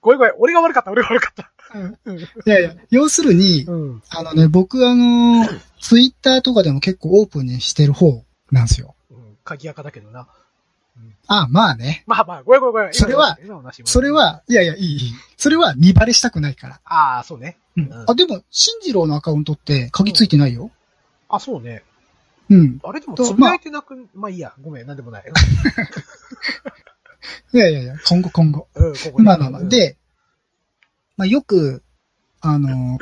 ごめんごめん、俺が悪かった、俺が悪かった。うんいやいや、要するに、うん。あのね、僕あの、ツイッターとかでも結構オープンにしてる方なんですよ。うん。鍵垢だけどな。あまあね。まあまあ、ごめんごめんごめん。それは今のなし、今のなしそれ、は、いやいや、いいいい。それは見バレしたくないから。ああ、そうね。うん。あ、でも、新次郎のアカウントって鍵ついてないよ。あ、そうね。うん。あれでも、とつぶやいてなく、まあいいや、ごめん、なんでもない。いやいやいや、今後今後。うん、ここまあまあまあ。、で、まあよく、あの、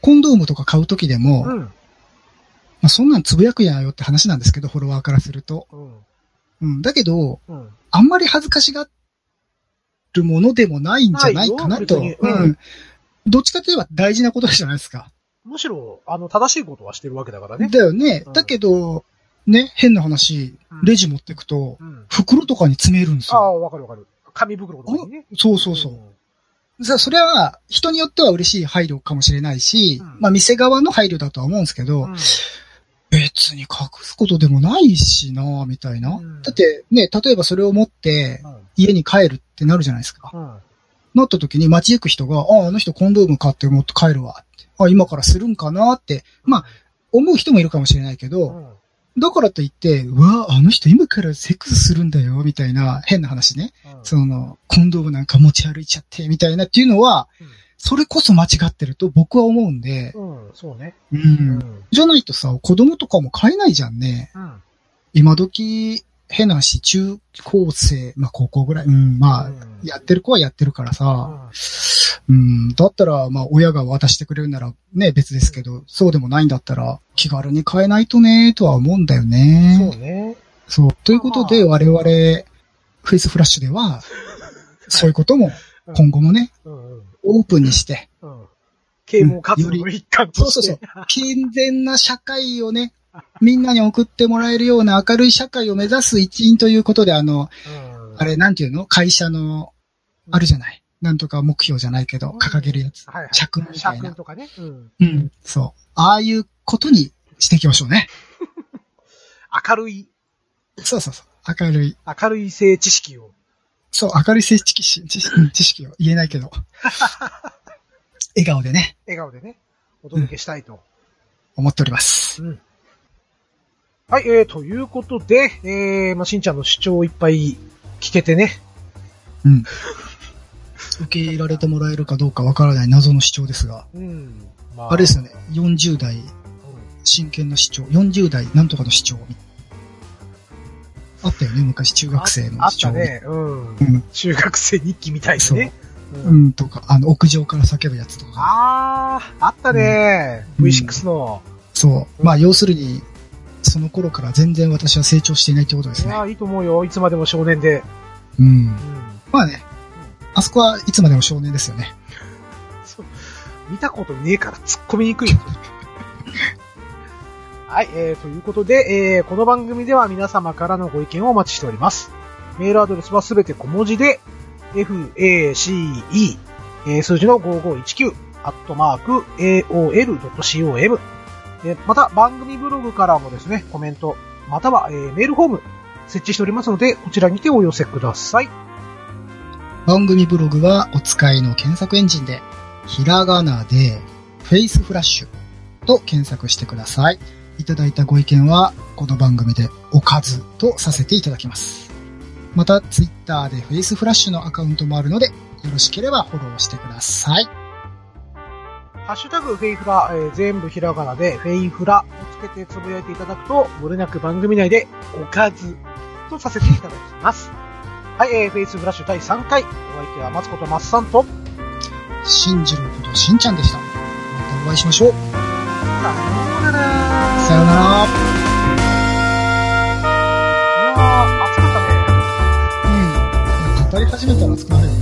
コンドームとか買うときでも、うまん。あそんなんつぶやくやよって話なんですけど、フォロワーからすると。うん。うん。だけど、うん。あんまり恥ずかしがるものでもないんじゃないかなと。ないよ別にう。うんどっちかといえば大事なことじゃないですか。むしろ、あの、正しいことはしてるわけだからね。だよねう。んだけど、ね、変な話、うんレジ持ってくと、うん。袋とかに詰めるんですあよ。あ、わかるわかる。紙袋とかにね。そうそうそう。さあ、それは、人によっては嬉しい配慮かもしれないし、うんまあ、店側の配慮だとは思うんですけど、うん。別に隠すことでもないしな、みたいな。うんだって、ね、例えばそれを持って、家に帰るってなるじゃないですか。うん。なった時に街行く人が、ああ、あの人コンドーム買って持って帰るわって。あ今からするんかなって、まあ、思う人もいるかもしれないけうど、ん。うんだからといって、うわあ、あの人今からセックスするんだよ、みたいな変な話ね。その、コンドームなんか持ち歩いちゃって、みたいなっていうのは、それこそ間違ってると僕は思うんで、うん、そうね。う。うんん。じゃないとさ、子供とかも買えないじゃんね。うん。今時、変な話、中高生、まあ高校ぐらい、うん、まあ、やってる子はやってるからさ、うん、だったら、まあ、親が渡してくれるならね、別ですけど、そうでもないんだったら、気軽に買えないとね、とは思うんだようんねそ。うね。そう。ということで、まあ我々、フェイスフラッシュで (laughs) は、そういうことも、今後もね、うんうんオープンにして、うん。啓蒙活動の一環そと (laughs) うそうしそてう。、健全な社会をね、みんなに送ってもらえるような明るい社会を目指す一員ということで、あの、うんあれ、なんていうの会社の、あるじゃない。なんとか目標じゃないけど、掲げるやつ。はいはい。社訓みたい社訓な。とかね。うん。うん。そう。ああいうことにしていきましょうね。明るい、そうそうそう。明るい。明るい性知識を。そう、明るい性知識、知識知識を言えない (laughs) けど。笑顔でね、笑顔でね、お届けしたいと。思っております。うん。はい、えー、ということで、えー、まあ、しんちゃんの主張をいっぱい聞けてね。うん。受け入れられてもらえるかどうかわからない謎の主張ですが。うん。まあれですよね。40代、真剣な主張。40代、なんとかの主張。あったよね、昔中学生ああのっ主張。たね。うんうん。中学生日記みたいにね。ううん、とか、あの、屋上から叫ぶやつとか。あー、あったね、うん V6 の。そう。まあ、要するに、その頃から全然私は成長していないってことでいすねや。ーいいと思うよ。いつまでも少年で。うんう。ん。まあね、あそこはいつまでも少年ですよね。そう見たことねえから突っ込みにくいよ。 (laughs) はい、えー、ということで、えー、この番組では皆様からのご意見をお待ちしております。メールアドレスはすべて小文字で、face, えー数字の5519、アットマーク、aol.com。えーまた、番組ブログからもですね、コメント、または、えーメールフォーム、設置しておりますので、こちらにてお寄せください。番組ブログはお使いの検索エンジンで、ひらがなで、フェイスフラッシュと検索してください。いただいたご意見は、この番組でおかずとさせていただきます。また、ツイッターでフェイスフラッシュのアカウントもあるので、よろしければフォローしてください。ハッシュタグフェイフラ、えー全部ひらがなでフェイフラをつけてつぶやいていただくと、もれなく番組内でおかずとさせていただきます。はい、えー、フェイスフラッシュ第3回。お相手は松子と松さんと、信じることしんちゃんでした。またお会いしましょう。さようなら。さようなら。いやー暑かったね。うん。語り始めたら熱くなるよ。